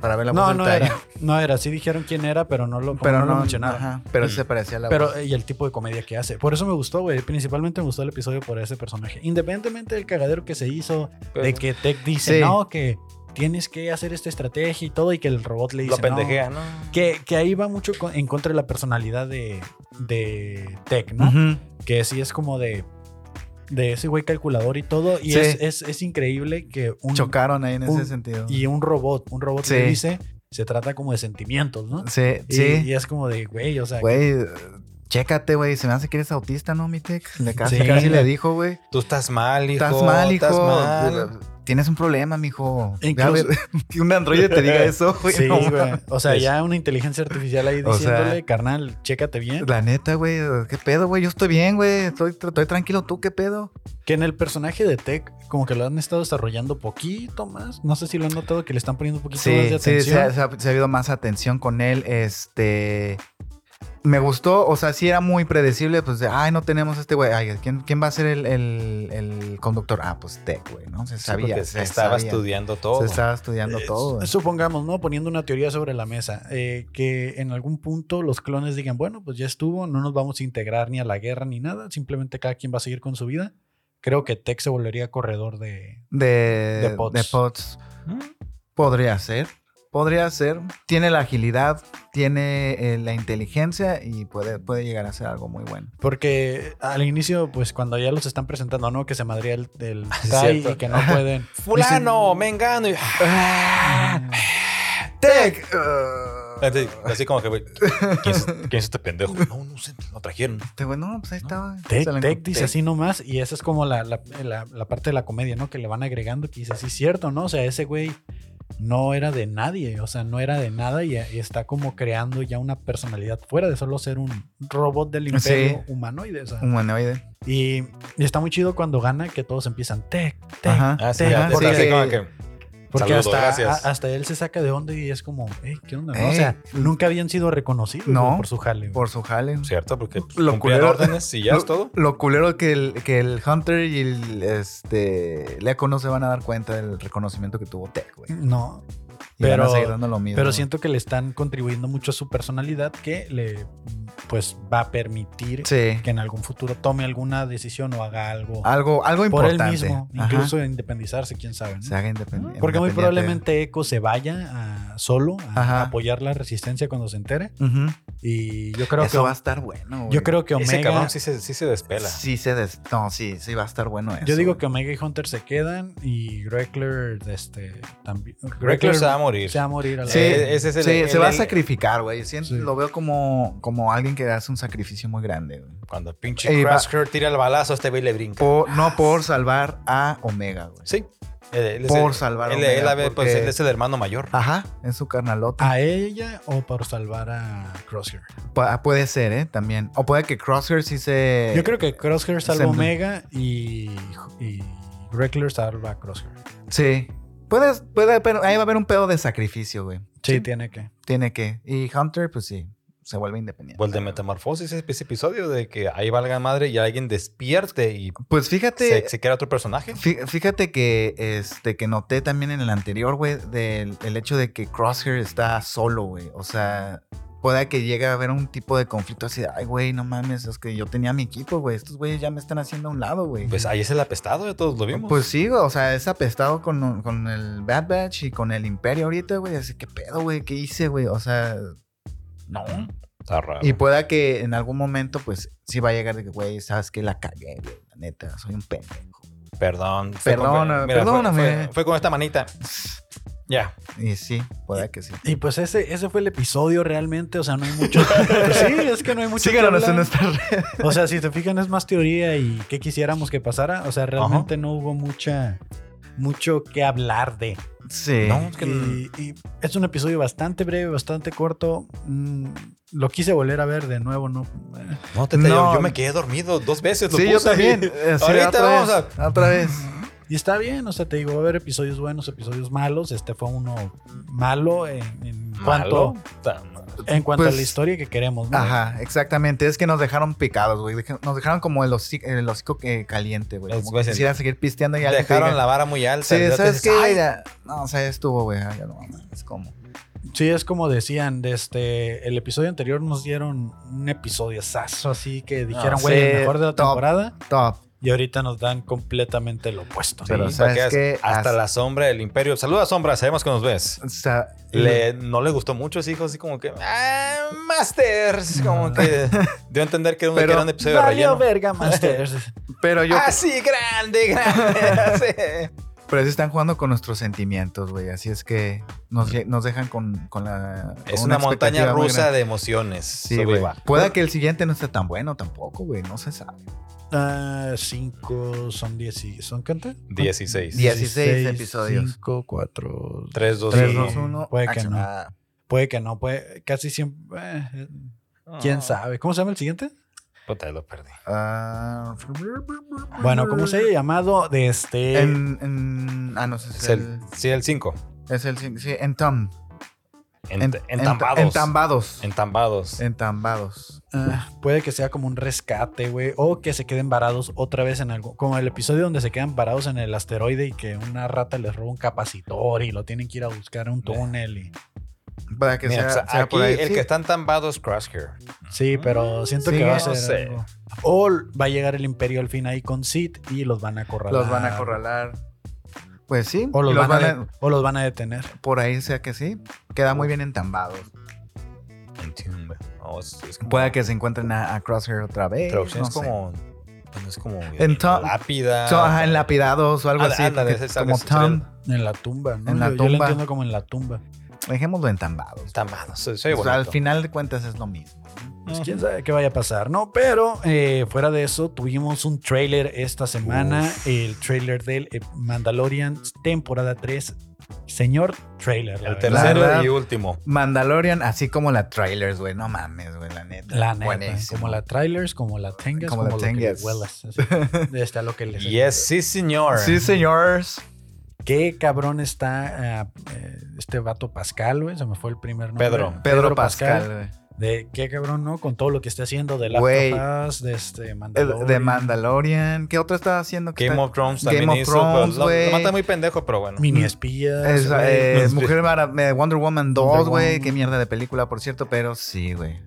Speaker 2: Para ver la voz
Speaker 1: No,
Speaker 2: del
Speaker 1: no
Speaker 2: tallo.
Speaker 1: era. No era. Sí dijeron quién era, pero no lo, como
Speaker 2: Pero
Speaker 1: no lo
Speaker 2: no,
Speaker 1: mencionaron.
Speaker 2: ajá, pero sí se parecía a la
Speaker 1: Pero,
Speaker 2: voz.
Speaker 1: eh, y el tipo de comedia que hace. Por eso me gustó, güey. Principalmente me gustó el episodio por ese personaje. Independientemente del cagadero que se hizo,
Speaker 3: Pero-
Speaker 1: de que Tech dice,
Speaker 2: Sí.
Speaker 1: no, que tienes que hacer esta estrategia y todo, y que el robot le dice,
Speaker 3: lo
Speaker 1: "No".
Speaker 3: pendejea, ¿no?
Speaker 1: Que, que ahí va mucho con- en contra de la personalidad de, de Tech, ¿no?
Speaker 2: Ujú.
Speaker 1: Que sí es como de, de ese güey calculador y todo. Y
Speaker 2: Sí.
Speaker 1: es, es- es increíble que un,
Speaker 2: Chocaron ahí en
Speaker 1: un-
Speaker 2: ese sentido.
Speaker 1: y un robot, un robot
Speaker 2: Sí.
Speaker 1: que dice, se trata como de sentimientos, ¿no?
Speaker 2: sí,
Speaker 1: Y-
Speaker 2: sí.
Speaker 1: Y, es como de, güey, o sea,
Speaker 2: Güey, eh, chécate, güey. Se me hace que eres autista, ¿no, mi Tex? Le casi,
Speaker 1: Sí.
Speaker 2: casi le dijo, güey.
Speaker 3: Tú estás mal, hijo.
Speaker 2: Estás mal, hijo.
Speaker 3: Estás mal.
Speaker 2: Tienes un problema, mijo.
Speaker 1: Incluso-
Speaker 2: Ya ver, que un androide te diga eso, güey.
Speaker 1: Sí,
Speaker 2: no
Speaker 1: güey. O sea,
Speaker 3: Es-
Speaker 1: ya una inteligencia artificial ahí
Speaker 2: O sea-
Speaker 1: diciéndole, carnal, chécate bien.
Speaker 2: La neta, güey, ¿qué pedo, güey? Yo estoy bien, güey. Estoy, estoy tranquilo, ¿tú qué pedo?
Speaker 1: Que en el personaje de Tech, como que lo han estado desarrollando poquito más. No sé si lo han notado que le están poniendo un poquito más de
Speaker 2: Sí, sí,
Speaker 1: atención.
Speaker 2: se ha, se ha- se ha habido más atención con él. Este. Me gustó, o sea, sí era muy predecible, pues de, ay, no tenemos este güey. Ay, ¿quién, quién va a ser el, el- el conductor? Ah, pues Tech, güey, ¿no? Se sabía.
Speaker 3: porque
Speaker 2: se
Speaker 3: estaba
Speaker 2: sabía.
Speaker 3: estudiando todo.
Speaker 2: Se estaba estudiando
Speaker 1: Eh,
Speaker 2: todo. güey.
Speaker 1: Supongamos, ¿no? Poniendo una teoría sobre la mesa, eh, que en algún punto los clones digan, bueno, pues ya estuvo, no nos vamos a integrar ni a la guerra ni nada, simplemente cada quien va a seguir con su vida. Creo que Tech se volvería corredor de...
Speaker 2: De, de
Speaker 1: Pods.
Speaker 2: Pods.
Speaker 3: Mm.
Speaker 2: Podría ser. Podría ser. Tiene la agilidad, tiene eh, la inteligencia y puede, puede llegar a ser algo muy bueno.
Speaker 1: Porque al inicio, pues cuando ya los están presentando, ¿no? Que se madría el, el
Speaker 3: Sí,
Speaker 1: Tai
Speaker 3: cierto.
Speaker 1: y que no pueden.
Speaker 3: Fulano, mengano. y-
Speaker 1: Ah.
Speaker 2: Ah, Tech.
Speaker 3: Así, así como que, güey, ¿quién es, quién es este pendejo? No, no sé, lo trajeron.
Speaker 2: Este güey, no, pues ahí
Speaker 3: No.
Speaker 2: estaba.
Speaker 1: Tech,
Speaker 2: Se la
Speaker 1: Tech
Speaker 2: encont-
Speaker 1: dice así nomás y esa es como la, la- la- la parte de la comedia, ¿no? Que le van agregando que dice, sí, cierto, ¿no? O sea, ese güey no era de nadie, o sea, no era de nada y, y está como creando ya una personalidad fuera de solo ser un robot del imperio humanoide, o
Speaker 2: Mm.
Speaker 1: sea.
Speaker 2: Humanoide.
Speaker 1: Y, y está muy chido cuando gana que todos empiezan, Tech, Tech,
Speaker 2: Ajá.
Speaker 3: Ah, sí,
Speaker 1: Tech,
Speaker 3: ya,
Speaker 2: Ajá,
Speaker 1: porque-
Speaker 3: así
Speaker 2: sí.
Speaker 3: como que,
Speaker 1: porque
Speaker 3: Saludos,
Speaker 1: hasta,
Speaker 3: gracias.
Speaker 1: a- hasta él se saca de onda y es como, "Ey, ¿qué onda? no?" O
Speaker 2: Ey.
Speaker 1: sea, nunca habían sido reconocidos
Speaker 2: Eh. No.
Speaker 1: güey, por su jale. güey.
Speaker 2: Por su jale.
Speaker 3: ¿cierto? Porque
Speaker 2: Lo
Speaker 3: cumplían
Speaker 2: culero-
Speaker 3: órdenes y ya
Speaker 2: lo-
Speaker 3: es todo.
Speaker 2: Lo culero que el, que el Hunter y el este, Leco no se van a dar cuenta del reconocimiento que tuvo Tech, güey.
Speaker 1: No,
Speaker 2: Y van a
Speaker 1: Pero-
Speaker 2: seguir dando lo mismo.
Speaker 1: Pero siento que le están contribuyendo mucho a su personalidad que le pues va a permitir
Speaker 2: Sí.
Speaker 1: que en algún futuro tome alguna decisión o haga algo
Speaker 2: Algo, algo
Speaker 1: por él
Speaker 2: importante.
Speaker 1: mismo,
Speaker 2: Ajá.
Speaker 1: incluso independizarse, quién sabe. ¿no?
Speaker 2: Se haga independ-
Speaker 1: Porque muy
Speaker 2: independiente.
Speaker 1: probablemente Echo se vaya a- solo a
Speaker 2: Ajá.
Speaker 1: apoyar la resistencia cuando se entere.
Speaker 2: Ujú.
Speaker 1: Y yo creo
Speaker 2: Eso va a
Speaker 1: que
Speaker 2: estar bueno, güey.
Speaker 1: yo creo que
Speaker 3: Ese cabrón
Speaker 1: Omega.
Speaker 3: sí se, sí se despela.
Speaker 2: Sí, se des- No, sí, sí va a estar bueno eso.
Speaker 1: Yo digo que Omega y Hunter se quedan y Greckler este también.
Speaker 3: Reckler se va a morir.
Speaker 1: se va a morir a la
Speaker 2: Sí,
Speaker 1: vez.
Speaker 3: Eh, ese es el-
Speaker 2: sí,
Speaker 3: el-
Speaker 2: se va a
Speaker 3: el-
Speaker 2: sacrificar, güey. Siento-
Speaker 1: Sí.
Speaker 2: Lo veo como, como alguien que hace un sacrificio muy grande, güey.
Speaker 3: Cuando pinche
Speaker 2: Ey, va-
Speaker 3: Crasker tira el balazo, este güey le brinca.
Speaker 2: Por- no por salvar a Omega, güey.
Speaker 3: Sí. eh, Él- él es
Speaker 2: Por
Speaker 3: el-
Speaker 2: salvar a
Speaker 3: él,
Speaker 2: Omega,
Speaker 3: él a ver, pues,
Speaker 2: porque-
Speaker 3: él es el hermano mayor.
Speaker 2: Ajá, es su carnalota.
Speaker 1: ¿A ella o para salvar a Crosshair?
Speaker 2: Pu- ah, puede ser, ¿eh? También. O puede que Crosshair sí se...
Speaker 1: Yo creo que Crosshair salva a
Speaker 2: Sem-
Speaker 1: Omega y, y Reckler salva a Crosshair.
Speaker 2: Sí. Puede, puede, pero ahí va a haber un pedo de sacrificio, güey.
Speaker 1: Sí, tiene que.
Speaker 2: Tiene que. Y Hunter, pues sí, se vuelve independiente.
Speaker 3: O el Pues, de Metamorfosis, ese ese episodio de que ahí valga madre y alguien despierte y
Speaker 2: Pues fíjate...
Speaker 3: se, se crea otro personaje.
Speaker 2: Fí- Fíjate que este que noté también en el anterior, güey, del el hecho de que Crosshair está solo, güey. O sea, pueda que llegue a haber un tipo de conflicto así de, ay, güey, no mames, es que yo tenía mi equipo, güey. Estos güeyes ya me están haciendo a un lado, güey.
Speaker 3: Pues ahí es el apestado, ya todos lo vimos.
Speaker 2: Pues sí, güey, o sea, es apestado con, con el Bad Batch y con el Imperio ahorita, güey. Así que pedo, güey, ¿qué hice, güey? O sea,
Speaker 3: Ah,
Speaker 2: no.
Speaker 3: Está raro.
Speaker 2: Y pueda que en algún momento, pues, sí va a llegar de que, güey, sabes que la cagué, güey. La neta, soy un pendejo.
Speaker 3: Perdón. fue con-
Speaker 2: Perdona-
Speaker 3: fue-
Speaker 2: perdóname.
Speaker 3: Fue, fue con esta manita. Ya.
Speaker 2: Y sí, pueda que sí.
Speaker 1: Y pues ese, ese fue el episodio realmente, o sea, no hay mucho. Pues sí, es que no hay mucho. que
Speaker 2: Síganos en
Speaker 1: hablar.
Speaker 2: nuestras redes.
Speaker 1: O sea, si te fijan, es más teoría y qué quisiéramos que pasara. O sea, realmente no hubo mucha mucho que hablar de.
Speaker 2: Sí.
Speaker 3: No, es que
Speaker 1: Y, y es un episodio bastante breve, bastante corto. Mm, lo quise volver a ver de nuevo, ¿no? Eh,
Speaker 3: no te, te-
Speaker 2: No.
Speaker 3: Yo me quedé dormido dos veces. lo
Speaker 2: Sí, yo
Speaker 3: puse ahí.
Speaker 2: también. Eh, sí,
Speaker 3: Ahorita
Speaker 2: otra
Speaker 3: vamos
Speaker 2: vez, Otra vez.
Speaker 1: Y está bien, o sea, te digo, va a haber episodios buenos, episodios malos. Este fue uno malo en, en
Speaker 3: Malo.
Speaker 1: cuanto, en cuanto a
Speaker 2: Pues,
Speaker 1: la historia que queremos, ¿no?
Speaker 2: Ajá, exactamente. Es que nos dejaron picados, güey. Deja- Nos dejaron como el hocico, el hocico, eh, caliente, güey.
Speaker 3: Los
Speaker 2: Como
Speaker 3: güeyes
Speaker 2: que quisiera seguir pisteando y alguien te
Speaker 3: Dejaron
Speaker 2: diga,
Speaker 3: la vara muy alta.
Speaker 2: Sí,
Speaker 3: ya
Speaker 2: ¿sabes
Speaker 3: te
Speaker 2: qué?
Speaker 3: dices, "Ay,
Speaker 2: Ya- no, o sea, ya estuvo, güey. Ah, Ya no mames. Es como.
Speaker 1: Sí, es como decían, de este, el episodio anterior nos dieron un episodio saso, así que dijeron,
Speaker 2: Ah,
Speaker 1: güey, el
Speaker 2: sí,
Speaker 1: mejor de la
Speaker 2: top.
Speaker 1: temporada.
Speaker 2: Top.
Speaker 1: Y ahorita nos dan completamente lo opuesto. ¿no?
Speaker 2: Pero,
Speaker 3: Sí,
Speaker 2: ¿sabes
Speaker 3: para
Speaker 2: qué?
Speaker 3: veas, Hasta
Speaker 2: Haz-
Speaker 3: la sombra del imperio. Saluda, sombra. Sabemos que nos ves.
Speaker 2: O sea,
Speaker 3: Le, no le gustó mucho ese hijo, así como que. "Ah, Masters. Como que. Dio a entender que era un, que
Speaker 2: Pero-
Speaker 3: era un episodio de
Speaker 1: Valió
Speaker 3: relleno.
Speaker 1: verga, Masters.
Speaker 2: pero yo.
Speaker 3: Así grande, grande. así.
Speaker 2: Pero sí están jugando con nuestros sentimientos, güey. Así es que nos, lle- nos dejan con, con la. con
Speaker 3: Es una, montaña
Speaker 2: expectativa muy
Speaker 3: rusa
Speaker 2: grande.
Speaker 3: de emociones.
Speaker 2: Sí,
Speaker 3: Sube y
Speaker 2: güey.
Speaker 3: baja.
Speaker 2: Pueda que el siguiente no esté tan bueno tampoco, güey. No se sabe.
Speaker 1: Ah, cinco, son diez y... ¿Son cuánto?
Speaker 3: 16.
Speaker 2: 16 episodios.
Speaker 1: 5, 4...
Speaker 3: 3, 2,
Speaker 2: 3,
Speaker 1: Sí,
Speaker 2: 2, 1.
Speaker 1: puede que no. Puede que no, puede... Casi siempre... eh, ¿Quién
Speaker 2: Ah.
Speaker 1: sabe? ¿Cómo se llama el siguiente?
Speaker 3: Ah, Puta, lo perdí.
Speaker 2: Ah,
Speaker 1: Bueno, como se haya llamado de este...
Speaker 2: En, en- ah, no sé si
Speaker 3: Es el, sí, el 5.
Speaker 2: Es el cin- sí, en Tom. En- en-
Speaker 3: entambados.
Speaker 2: Entambados.
Speaker 3: entambados.
Speaker 2: Entambados.
Speaker 1: Ah, puede que sea como un rescate, güey. O que se queden varados otra vez en algo. Como el episodio donde se quedan varados en el asteroide y que una rata les roba un capacitor y lo tienen que ir a buscar a un túnel. y-
Speaker 2: Para que sea,
Speaker 3: Mira, o sea,
Speaker 2: sea
Speaker 3: aquí
Speaker 2: por ahí.
Speaker 3: el
Speaker 2: Sí.
Speaker 3: que está entambado es Crosshair.
Speaker 1: Sí, pero siento
Speaker 2: Ah, Sí,
Speaker 1: que va a
Speaker 2: no
Speaker 1: ser.
Speaker 3: sé.
Speaker 1: algo. O va a llegar el imperio al fin ahí con Sid y los van a corralar.
Speaker 2: Los van a acorralar. Pues sí.
Speaker 1: O los,
Speaker 2: los
Speaker 1: van, a,
Speaker 2: van
Speaker 1: de- o los van a detener.
Speaker 2: a- por ahí sea que sí. Queda muy bien entambados.
Speaker 3: Entomb. No, es, es como-
Speaker 2: Puede que se encuentren a, a Crosshair otra vez.
Speaker 3: traducción
Speaker 2: no
Speaker 3: es
Speaker 2: sé.
Speaker 3: como. bueno, es como.
Speaker 2: Entom-
Speaker 3: lápida.
Speaker 2: So, ajá, en lapidados o algo
Speaker 3: Ándale,
Speaker 2: así.
Speaker 3: ándale,
Speaker 2: que-
Speaker 3: ese-
Speaker 2: como
Speaker 3: ese-
Speaker 2: Tom.
Speaker 1: En la tumba, ¿no?
Speaker 2: En la
Speaker 1: yo, yo lo
Speaker 2: tumba.
Speaker 1: entiendo como en la tumba.
Speaker 2: Dejémoslo entambados.
Speaker 3: Entambados. Se, se oye
Speaker 2: O sea, al
Speaker 3: bonito. Mm.
Speaker 2: final de cuentas es lo mismo.
Speaker 1: Pues quién sabe qué vaya a pasar, ¿no? Pero eh, fuera de eso, tuvimos un trailer esta semana, el trailer del eh, Mandalorian temporada 3. Señor trailer. la
Speaker 3: El
Speaker 1: verdad.
Speaker 3: tercero
Speaker 2: La verdad.
Speaker 3: y último.
Speaker 2: Mandalorian, así como la trailers, güey. No mames, güey, la neta.
Speaker 1: La neta,
Speaker 2: Buenísimo.
Speaker 1: como la trailers, como la tengas, como,
Speaker 2: Como la
Speaker 1: lo que
Speaker 2: tengas.
Speaker 1: le huelas, así, está lo que les
Speaker 3: Yes, sí, señor.
Speaker 2: Sí, señores.
Speaker 1: Qué cabrón está ah, eh, este vato Pascal, güey, se me fue el primer nombre.
Speaker 3: Pedro.
Speaker 2: Pedro, Pascal,
Speaker 1: De qué cabrón, ¿no? Con todo lo que está haciendo de la
Speaker 2: Güey.
Speaker 1: de este
Speaker 2: güey.
Speaker 1: Mandalorian.
Speaker 2: Eh, De Mandalorian. ¿Qué otro estaba haciendo? que
Speaker 3: Game
Speaker 2: está-
Speaker 3: of Thrones
Speaker 2: Game
Speaker 3: también
Speaker 2: of
Speaker 3: hizo.
Speaker 2: Thrones,
Speaker 3: pero lo, lo
Speaker 2: güey.
Speaker 3: mata muy pendejo, pero bueno.
Speaker 1: Mini espías.
Speaker 2: Es,
Speaker 1: güey.
Speaker 2: eh,
Speaker 3: Nos-
Speaker 2: Mujer Mara- eh, Wonder Woman 2,
Speaker 1: Wonder
Speaker 2: güey.
Speaker 1: Woman.
Speaker 2: Qué mierda de película, por cierto, pero sí, güey.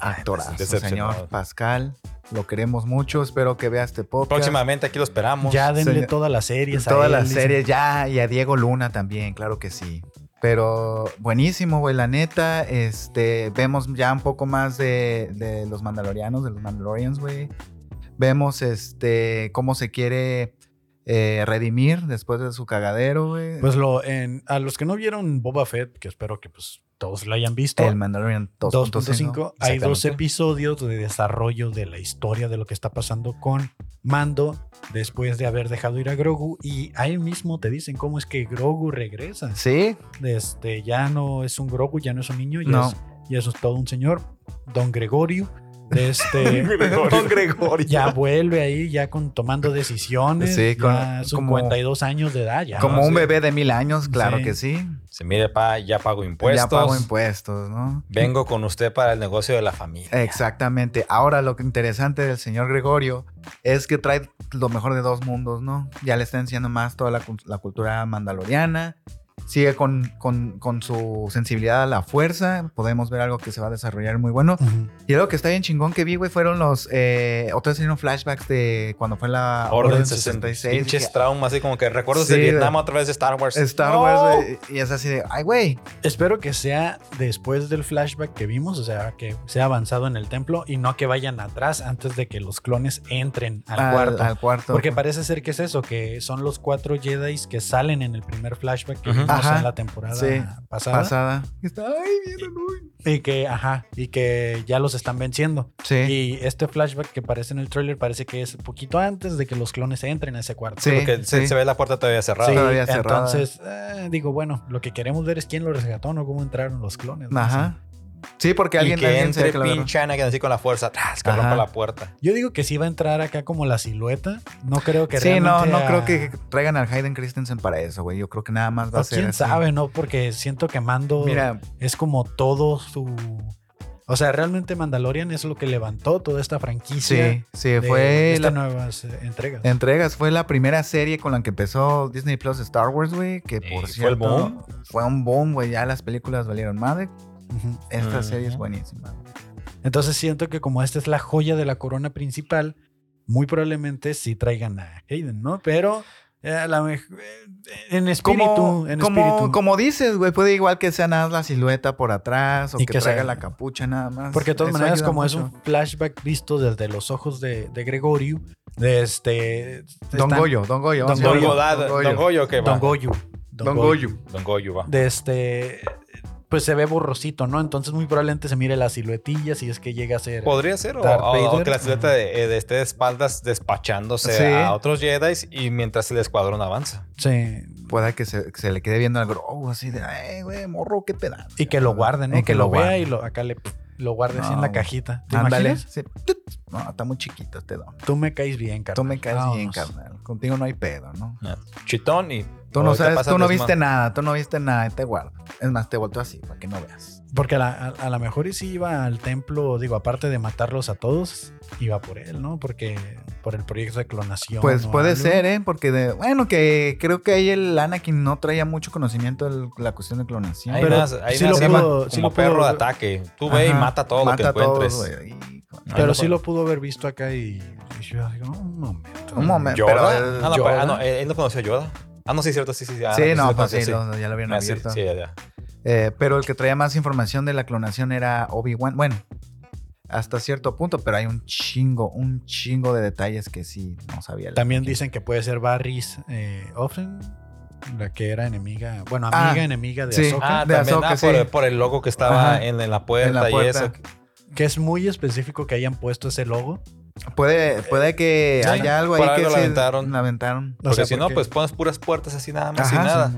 Speaker 2: Actorazo,
Speaker 3: decepcionado.
Speaker 2: señor Pascal. Lo queremos mucho. Espero que vea este podcast.
Speaker 3: Próximamente aquí lo esperamos.
Speaker 1: Ya denle
Speaker 2: Señor-
Speaker 1: todas las series. a
Speaker 2: Pues Todas
Speaker 1: él,
Speaker 2: las
Speaker 1: dicen.
Speaker 2: series ya, y a Diego Luna también, claro que sí. Pero buenísimo, güey, la neta. Este, vemos ya un poco más de, de los Mandalorianos, de los Mandalorians, güey. Vemos este, cómo se quiere eh, redimir después de su cagadero, güey.
Speaker 1: Pues lo, en, a los que no vieron Boba Fett, que espero que pues todos lo hayan visto,
Speaker 2: El Mandalorian
Speaker 1: 2.5, hay
Speaker 2: 2.5.
Speaker 1: dos
Speaker 3: Exactamente.
Speaker 1: episodios de desarrollo de la historia de lo que está pasando con Mando después de haber dejado ir a Grogu y ahí mismo te dicen cómo es que Grogu regresa.
Speaker 2: Sí,
Speaker 1: Este, ya no es un Grogu, ya no es un niño, ya,
Speaker 2: No.
Speaker 1: es, ya es todo un señor, Don Gregorio. de Este,
Speaker 3: Gregorio.
Speaker 2: Gregorio.
Speaker 1: ya vuelve ahí, ya con tomando decisiones.
Speaker 2: Sí, con-
Speaker 1: ya sus
Speaker 2: como-
Speaker 1: 52 años de edad, ya.
Speaker 2: Como
Speaker 3: Ah,
Speaker 2: un
Speaker 3: sí.
Speaker 2: bebé de mil años, claro
Speaker 1: Sí.
Speaker 2: que sí.
Speaker 3: Se mire, pa, ya pago impuestos.
Speaker 2: Ya pago impuestos, ¿no?
Speaker 3: Vengo con usted para el negocio de la
Speaker 2: Eh,
Speaker 3: familia.
Speaker 2: Exactamente. Ahora lo que interesante del señor Gregorio es que trae lo mejor de dos mundos, ¿no? Ya le está enseñando más toda la, cul- la cultura mandaloriana. Sigue con, con- con su sensibilidad a la fuerza. Podemos ver algo que se va a desarrollar muy bueno.
Speaker 1: Ujú.
Speaker 2: Y algo que está bien chingón que vi, güey, fueron los... Eh, otra vez hicieron flashbacks de cuando fue la
Speaker 3: Orden, 66.
Speaker 2: Dije,
Speaker 3: Pinches traumas, así como que recuerdos
Speaker 2: Sí,
Speaker 3: de Vietnam
Speaker 2: güey.
Speaker 3: otra vez de Star Wars.
Speaker 2: Star
Speaker 3: No.
Speaker 2: Wars, güey. Y es así de, ay, güey.
Speaker 1: Espero que sea después del flashback que vimos, o sea, que sea avanzado en el templo y no que vayan atrás antes de que los clones entren al
Speaker 2: Al
Speaker 1: cuarto.
Speaker 2: Al cuarto.
Speaker 1: Porque parece ser que es eso, que son los cuatro Jedi que salen en el primer flashback que
Speaker 3: Ujú.
Speaker 1: vimos
Speaker 2: Ajá.
Speaker 1: en la temporada
Speaker 2: Sí.
Speaker 1: pasada.
Speaker 2: pasada. Está, ay, mira, uy.
Speaker 1: Y que, ajá, y que ya los están venciendo.
Speaker 2: Sí.
Speaker 1: Y este flashback que aparece en el tráiler parece que es poquito antes de que los clones entren a ese cuarto.
Speaker 2: Sí.
Speaker 3: Que se,
Speaker 2: sí.
Speaker 3: se ve la puerta todavía cerrada.
Speaker 1: Sí,
Speaker 2: Todavía cerrada.
Speaker 1: entonces, eh, digo, bueno, lo que queremos ver es quién lo rescató, no cómo entraron los clones. ¿no?
Speaker 2: Ajá. Sí, porque
Speaker 3: Y
Speaker 2: alguien,
Speaker 3: que
Speaker 2: alguien
Speaker 3: entre
Speaker 2: se ve que lo agarró.
Speaker 3: pinche Anakin así con la fuerza, tras, que
Speaker 2: Ajá.
Speaker 3: rompa la puerta.
Speaker 1: Yo digo que sí va a entrar acá como la silueta. No creo que
Speaker 2: Sí, no,
Speaker 1: realmente ah,
Speaker 2: no
Speaker 1: a-
Speaker 2: creo que traigan al Hayden Christensen para eso, güey. Yo creo que nada más va
Speaker 1: o
Speaker 2: a ser.
Speaker 1: Ah, quién
Speaker 2: así.
Speaker 1: sabe, ¿no? Porque siento que Mando
Speaker 2: Mira,
Speaker 1: es como todo su... O sea, realmente Mandalorian es lo que levantó toda esta franquicia.
Speaker 2: sí, sí,
Speaker 1: de
Speaker 2: fue
Speaker 1: estas
Speaker 2: la
Speaker 1: nuevas eh, entregas.
Speaker 2: entregas, fue la primera serie con la que empezó Disney Plus Star Wars, güey. Que
Speaker 3: Eh, Y
Speaker 2: por
Speaker 3: fue el
Speaker 2: cierto,
Speaker 3: boom.
Speaker 2: fue un boom, güey. Ya las películas valieron madre.
Speaker 1: Ujú.
Speaker 2: Esta
Speaker 3: Ujú.
Speaker 2: serie es buenísima.
Speaker 1: Entonces siento que como esta es la joya de la corona principal, muy probablemente sí traigan a Hayden, ¿no? Pero eh, a la mej- eh, en espíritu,
Speaker 2: Como,
Speaker 1: en
Speaker 2: como,
Speaker 1: espíritu.
Speaker 2: como dices, güey, puede igual que sea nada más la silueta por atrás o
Speaker 1: Y
Speaker 2: que,
Speaker 1: que
Speaker 2: traiga
Speaker 1: sea-
Speaker 2: la capucha nada más.
Speaker 1: Porque de todas
Speaker 2: Eso
Speaker 1: maneras,
Speaker 2: ayuda
Speaker 1: como es
Speaker 2: mucho.
Speaker 1: un flashback visto desde los ojos de, de Gregorio, de este...
Speaker 2: Don
Speaker 1: están-
Speaker 2: Goyo, Don Goyo.
Speaker 1: Don
Speaker 2: sí,
Speaker 3: Don
Speaker 1: Goyo.
Speaker 3: Godad- Don Goyo, que va.
Speaker 1: Don Goyo.
Speaker 2: Don Goyo.
Speaker 3: Don Goyo va.
Speaker 1: De este... pues se ve borrosito, ¿no? Entonces muy probablemente se mire la siluetilla si es que llega a ser...
Speaker 3: Podría ser, o,
Speaker 1: Darth
Speaker 3: o- o
Speaker 1: Vader.
Speaker 3: que la silueta de, de esté de espaldas despachándose
Speaker 2: Sí.
Speaker 3: a otros Jedi y mientras el escuadrón avanza.
Speaker 1: Sí.
Speaker 2: Pueda que se, que se le quede viendo al Grogu oh, así de, ay, güey, morro, qué pedazo.
Speaker 1: Y que lo guarde, ¿no?
Speaker 2: Y
Speaker 1: que, lo, vea
Speaker 2: guarde.
Speaker 1: y lo, acá le lo guarde así en
Speaker 2: No.
Speaker 1: la cajita. ¿Te
Speaker 2: Ándale.
Speaker 1: imaginas?
Speaker 2: Sí. Tut. No, está muy chiquito este don.
Speaker 1: Tú me caes bien, carnal.
Speaker 2: Tú me caes bien,
Speaker 1: Vámonos.
Speaker 2: carnal. Contigo no hay pedo, ¿no?
Speaker 3: Chitón y...
Speaker 2: Tú no
Speaker 3: ahorita
Speaker 2: sabes,
Speaker 3: pasa
Speaker 2: tú no
Speaker 3: desma-
Speaker 2: viste nada, tú no viste nada, y te guardo. Es más, te volto así para que no veas.
Speaker 1: Porque a la- a a lo mejor y sí iba al templo, digo, aparte de matarlos a todos, iba por él, ¿no? Porque por el proyecto de clonación.
Speaker 2: Pues
Speaker 1: o
Speaker 2: puede
Speaker 1: algo.
Speaker 2: ser, ¿eh? Porque, de, bueno, que creo que ahí el Anakin no traía mucho conocimiento de la cuestión de clonación.
Speaker 3: Hay
Speaker 1: Pero
Speaker 3: más, hay
Speaker 1: sí
Speaker 3: más
Speaker 1: lo
Speaker 3: llama
Speaker 1: pudo-
Speaker 3: como
Speaker 1: sí lo
Speaker 3: perro
Speaker 1: pudo-
Speaker 3: de ataque. Tú ve y
Speaker 2: Ajá.
Speaker 3: mata todo
Speaker 2: Mata
Speaker 3: lo que encuentres.
Speaker 2: todos, güey. Hijo.
Speaker 3: Ay,
Speaker 1: Pero
Speaker 3: no
Speaker 1: sí
Speaker 3: puedo.
Speaker 1: lo pudo haber visto acá y, y yo digo, un momento.
Speaker 2: Un momento.
Speaker 3: Yoda.
Speaker 2: Pero, eh,
Speaker 3: ah, no, pero-
Speaker 2: Yoda.
Speaker 3: ah, no, él, él no conoció a Yoda. Ah, no, sí, cierto, sí, sí. sí. Ah,
Speaker 2: sí, no,
Speaker 3: lo
Speaker 2: pues
Speaker 3: conoció,
Speaker 2: sí, lo- ya lo vieron
Speaker 3: Ah, sí,
Speaker 2: abierto.
Speaker 3: sí, ya, ya.
Speaker 2: Eh, pero el que traía más información de la clonación era Obi-Wan. Bueno, hasta cierto punto, pero hay un chingo, un chingo de detalles que sí no sabía. el
Speaker 1: También
Speaker 2: Anakin.
Speaker 1: dicen que puede ser Barris eh, Offen, la que era enemiga, bueno,
Speaker 2: Ah,
Speaker 1: amiga enemiga de
Speaker 2: sí.
Speaker 1: Ahsoka,
Speaker 3: Ah,
Speaker 2: de
Speaker 3: también,
Speaker 2: Ahsoka,
Speaker 3: ah, por,
Speaker 2: sí.
Speaker 3: el- por el logo que estaba
Speaker 2: Ajá.
Speaker 3: en, en la puerta,
Speaker 2: En la puerta.
Speaker 3: y eso.
Speaker 1: que es muy específico que hayan puesto ese logo.
Speaker 2: Puede, puede que
Speaker 3: Sí,
Speaker 2: haya algo ahí
Speaker 3: Eh, por
Speaker 2: que
Speaker 3: algo
Speaker 2: se
Speaker 3: la aventaron.
Speaker 2: la aventaron.
Speaker 1: O
Speaker 3: Porque
Speaker 1: sea,
Speaker 3: si no, pues pones puras puertas así nada más
Speaker 2: Ajá,
Speaker 3: y nada.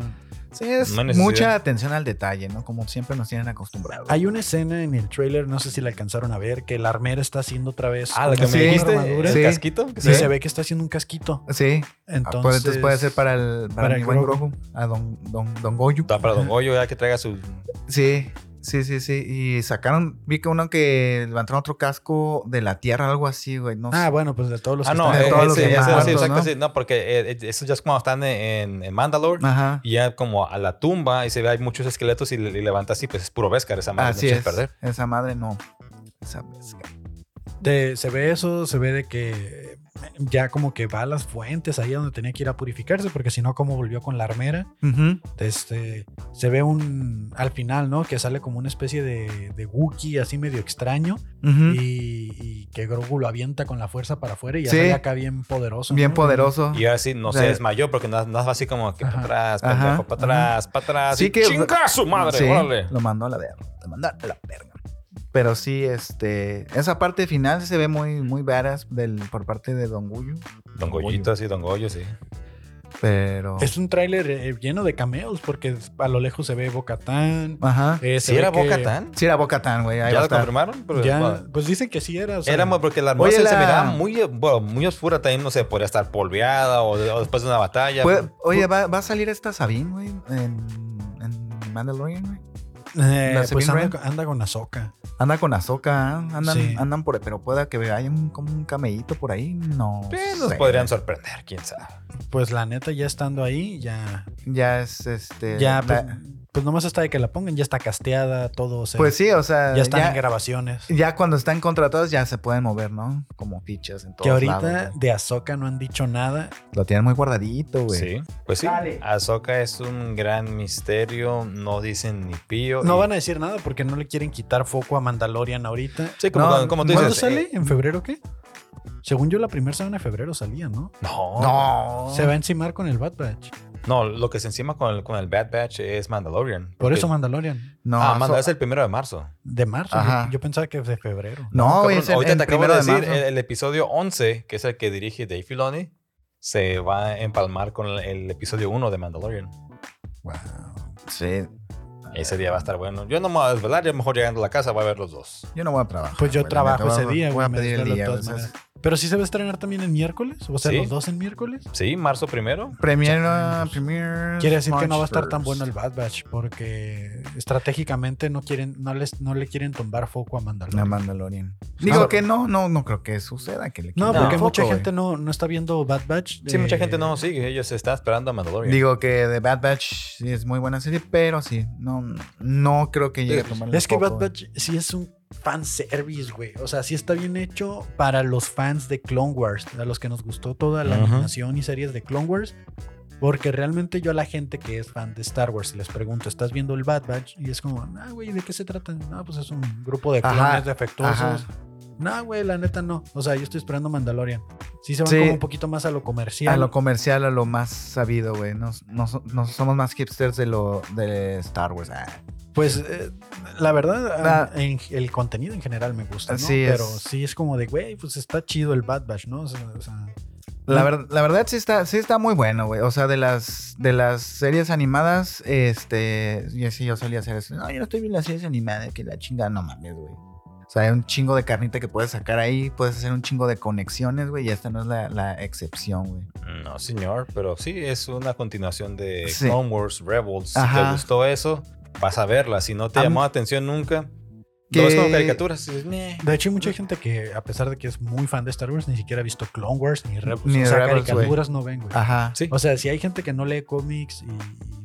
Speaker 2: Sí, es
Speaker 3: No hay necesidad.
Speaker 2: mucha atención al detalle, ¿no? Como siempre nos tienen acostumbrados.
Speaker 1: Hay una escena en el trailer, no sé si la alcanzaron a ver, que el armero está haciendo otra vez
Speaker 3: Ah, lo que
Speaker 1: una
Speaker 3: me
Speaker 2: Sí.
Speaker 3: dijiste,
Speaker 1: armadura
Speaker 3: el
Speaker 2: Sí.
Speaker 3: casquito. que
Speaker 1: y
Speaker 3: se
Speaker 1: se
Speaker 3: ve.
Speaker 1: ve que está haciendo un casquito.
Speaker 2: Sí,
Speaker 1: Ah, pues, Entonces,
Speaker 2: entonces, puede ser para el para,
Speaker 1: para
Speaker 2: mi
Speaker 1: el
Speaker 2: buen
Speaker 1: Grogu.
Speaker 2: Grogu, a don, don, don Goyu.
Speaker 3: Está para Don Goyo, ya que traiga su...
Speaker 2: Sí, sí, sí, sí. Y sacaron, vi que uno que levantaron otro casco de la tierra, algo así, güey. No
Speaker 1: Ah,
Speaker 2: sé.
Speaker 1: bueno, pues de todos los
Speaker 3: ah,
Speaker 1: que
Speaker 3: no,
Speaker 1: están-
Speaker 2: de
Speaker 3: eh,
Speaker 2: todos los
Speaker 3: ese, ese,
Speaker 2: demás,
Speaker 3: sí, exacto,
Speaker 2: ¿no?
Speaker 3: sí. No, porque eh, eh, eso ya es como están en, en Mandalore.
Speaker 2: Ajá.
Speaker 3: Y ya como a la tumba y se ve hay muchos esqueletos y, le- y levanta así, pues es puro Vescar esa madre.
Speaker 2: Así
Speaker 3: no se
Speaker 2: es.
Speaker 3: perder.
Speaker 2: Esa madre no. Esa pesca.
Speaker 1: de- se ve eso, se ve de que ya como que va a las fuentes ahí donde tenía que ir a purificarse, porque si no, como volvió con la armera,
Speaker 2: Ujú.
Speaker 1: este, se ve un, al final, ¿no? Que sale como una especie de, de Wookiee así medio extraño
Speaker 2: Ujú.
Speaker 1: y, y que Grogu lo avienta con la fuerza para afuera y ya
Speaker 2: Sí.
Speaker 1: sale acá bien poderoso.
Speaker 2: Bien
Speaker 1: ¿no?
Speaker 2: poderoso.
Speaker 3: Y ahora sí, no
Speaker 2: O sea,
Speaker 3: se desmayó porque no, no así como que
Speaker 1: Ajá,
Speaker 3: para atrás,
Speaker 2: ajá,
Speaker 3: pendejo, para
Speaker 2: ajá.
Speaker 3: atrás, para atrás.
Speaker 2: Sí
Speaker 3: y
Speaker 2: que-
Speaker 3: ¡Chinga a su madre!
Speaker 2: Sí,
Speaker 3: órale.
Speaker 2: Lo mandó a la verga. Lo mandó a la verga. Pero sí, este. Esa parte final sí se ve muy, muy varas del, por parte de Don Guyu.
Speaker 3: Don Goyito, sí, Don Goyo, sí.
Speaker 2: Pero.
Speaker 1: Es un tráiler eh, lleno de cameos, porque a lo lejos se ve eh, Bocatán.
Speaker 2: Ajá.
Speaker 3: ¿Sí era Boca Tan?
Speaker 2: Sí, era Boca Tan, güey. Ahí va
Speaker 3: ¿Ya
Speaker 2: a
Speaker 3: lo
Speaker 2: estar.
Speaker 3: confirmaron? Pero,
Speaker 1: Ya,
Speaker 3: bueno,
Speaker 1: pues dicen que sí era. o sea,
Speaker 3: era muy- porque la armadura
Speaker 2: Oye,
Speaker 3: se- se
Speaker 2: la-
Speaker 3: miraba muy, bueno, muy oscura también, no sé, podría estar polveada o, o después de una batalla.
Speaker 2: Puede- oye, ¿va, va a salir esta Sabine, güey? En, en Mandalorian, güey.
Speaker 1: eh,
Speaker 2: la
Speaker 1: pues
Speaker 2: Sabine
Speaker 1: anda,
Speaker 2: Wren.
Speaker 1: con- anda con Azoka.
Speaker 2: Anda con Azoka, andan,
Speaker 1: Sí.
Speaker 2: andan por pero pueda que haya un, como un cameíto por ahí, no.
Speaker 3: Eh, nos
Speaker 2: sé.
Speaker 3: podrían sorprender, quién sabe.
Speaker 1: Pues la neta, ya estando ahí, ya.
Speaker 2: Ya es este.
Speaker 1: Ya,
Speaker 2: la-
Speaker 1: pues, pues nomás está de que la pongan, ya está casteada, todo. o sea,
Speaker 2: pues sí, o sea.
Speaker 1: ya están en
Speaker 2: ya,
Speaker 1: grabaciones.
Speaker 2: ya cuando están contratados ya se pueden mover, ¿no? Como fichas en todos
Speaker 1: Que ahorita
Speaker 2: lados, güey.
Speaker 1: de Azoka no han dicho nada.
Speaker 2: Lo tienen muy guardadito, güey.
Speaker 3: Sí, pues sí.
Speaker 2: Dale.
Speaker 3: Ahsoka es un gran misterio, no dicen ni pío.
Speaker 1: No
Speaker 3: y-
Speaker 1: van a decir nada porque no le quieren quitar foco a Mandalorian ahorita.
Speaker 3: Sí, como,
Speaker 2: No,
Speaker 3: cuando- como tú
Speaker 1: ¿Cuándo
Speaker 3: dices.
Speaker 1: sale?
Speaker 3: eh,
Speaker 1: ¿En febrero qué? Según yo, la primera semana de febrero salía, ¿no?
Speaker 3: no, no.
Speaker 2: No.
Speaker 1: Se va a encimar con el Bad Batch.
Speaker 3: lo que se encima con el, con el Bad Batch es Mandalorian.
Speaker 1: Por
Speaker 3: porque-
Speaker 1: eso Mandalorian.
Speaker 2: No,
Speaker 3: ah,
Speaker 2: eso-
Speaker 3: Mandalorian es el primero de marzo.
Speaker 1: de marzo.
Speaker 2: Ajá.
Speaker 1: Yo, yo pensaba que de febrero.
Speaker 2: no,
Speaker 3: Cabrón,
Speaker 2: Ah, es el,
Speaker 3: ahorita
Speaker 2: el
Speaker 3: te acabo
Speaker 2: primero
Speaker 3: de
Speaker 2: de eh,
Speaker 3: decir,
Speaker 2: marzo.
Speaker 3: el, el episodio 11, que es el que dirige Dave Filoni, se va a empalmar con el, el episodio 1 de Mandalorian.
Speaker 2: Wow. Sí.
Speaker 3: Ese día va a estar bueno. Yo no me voy a desvelar, yo mejor llegando a la casa voy a ver los dos.
Speaker 2: Yo no voy a trabajar.
Speaker 1: Pues yo
Speaker 2: güey, la
Speaker 1: trabajo
Speaker 2: neta,
Speaker 1: ese
Speaker 2: voy a-
Speaker 1: día,
Speaker 2: Voy
Speaker 1: güey,
Speaker 2: a
Speaker 1: me
Speaker 2: pedir el
Speaker 1: desvelo de
Speaker 2: día.
Speaker 1: todas
Speaker 2: o sea,
Speaker 1: maneras. Pero sí se va a estrenar también en miércoles. O sea,
Speaker 3: Sí.
Speaker 1: los dos en miércoles.
Speaker 3: Sí, marzo primero.
Speaker 2: Primera, primera.
Speaker 1: Quiere decir que no va a estar tan bueno el Bad Batch porque estratégicamente no quieren, no les, no le quieren tumbar foco a
Speaker 2: La
Speaker 1: Mandalorian.
Speaker 2: Mandalorian. Digo
Speaker 1: Ah,
Speaker 2: que no, no, no creo que suceda. Que le
Speaker 1: no,
Speaker 2: quiten
Speaker 1: porque
Speaker 2: el
Speaker 1: mucha
Speaker 2: foco,
Speaker 1: gente no, no está viendo Bad Batch.
Speaker 3: Sí,
Speaker 1: eh,
Speaker 3: mucha gente no sigue, ellos están esperando a
Speaker 2: güey.
Speaker 3: Mandalorian.
Speaker 2: Digo que The Bad Batch sí es muy buena serie, pero sí, no, no creo que llegue a tomar
Speaker 1: Es que Bad Batch sí es un fan service, güey. O sea, sí está bien hecho para los fans de Clone Wars, a los que nos gustó toda la
Speaker 3: Ajá.
Speaker 1: animación y series de Clone Wars. Porque realmente yo a la gente que es fan de Star Wars les pregunto, ¿estás viendo el Bad Batch? Y es como, ah, güey, ¿de qué se trata? No, pues es un grupo de clones
Speaker 2: Ajá,
Speaker 1: defectuosos.
Speaker 2: ajá.
Speaker 1: No, güey, la neta no. O sea, yo estoy esperando Mandalorian. Sí se van
Speaker 2: Sí.
Speaker 1: como un poquito más a lo comercial.
Speaker 2: A lo comercial, a lo más sabido, güey. Nos, nos- nos somos más hipsters de lo de Star Wars. Ah,
Speaker 1: Pues eh, la verdad,
Speaker 2: La-
Speaker 1: en- el contenido en general me gusta, ¿no?
Speaker 2: Así es.
Speaker 1: Pero sí es como de, güey, pues está chido el Bad Batch, ¿no? O sea, o sea, Mm.
Speaker 2: La, ver- la verdad sí está, sí está muy bueno, güey. O sea, de las, de las series animadas, este, y así yo solía hacer eso. No, yo no estoy viendo las series animadas, que la chingada no mames, güey. O sea, hay un chingo de carnita que puedes sacar ahí, puedes hacer un chingo de conexiones, güey, y esta no es la, la excepción, güey.
Speaker 3: No, señor, pero sí es una continuación de
Speaker 2: Sí.
Speaker 3: Clone Wars Rebels. Si
Speaker 2: Ajá.
Speaker 3: te gustó eso, vas a verla. Si no te
Speaker 2: Am-
Speaker 3: llamó la atención nunca,
Speaker 2: Que-
Speaker 3: no es como caricaturas. dices, "Meh".
Speaker 1: de hecho, hay mucha gente que, a pesar de que es muy fan de Star Wars, ni siquiera ha visto Clone Wars ni Rebels.
Speaker 2: Ni
Speaker 1: o sea,
Speaker 2: Rebels, güey. Ah.
Speaker 1: caricaturas no ven, güey.
Speaker 2: Ajá.
Speaker 3: Sí.
Speaker 1: O sea, si hay gente que no lee cómics y,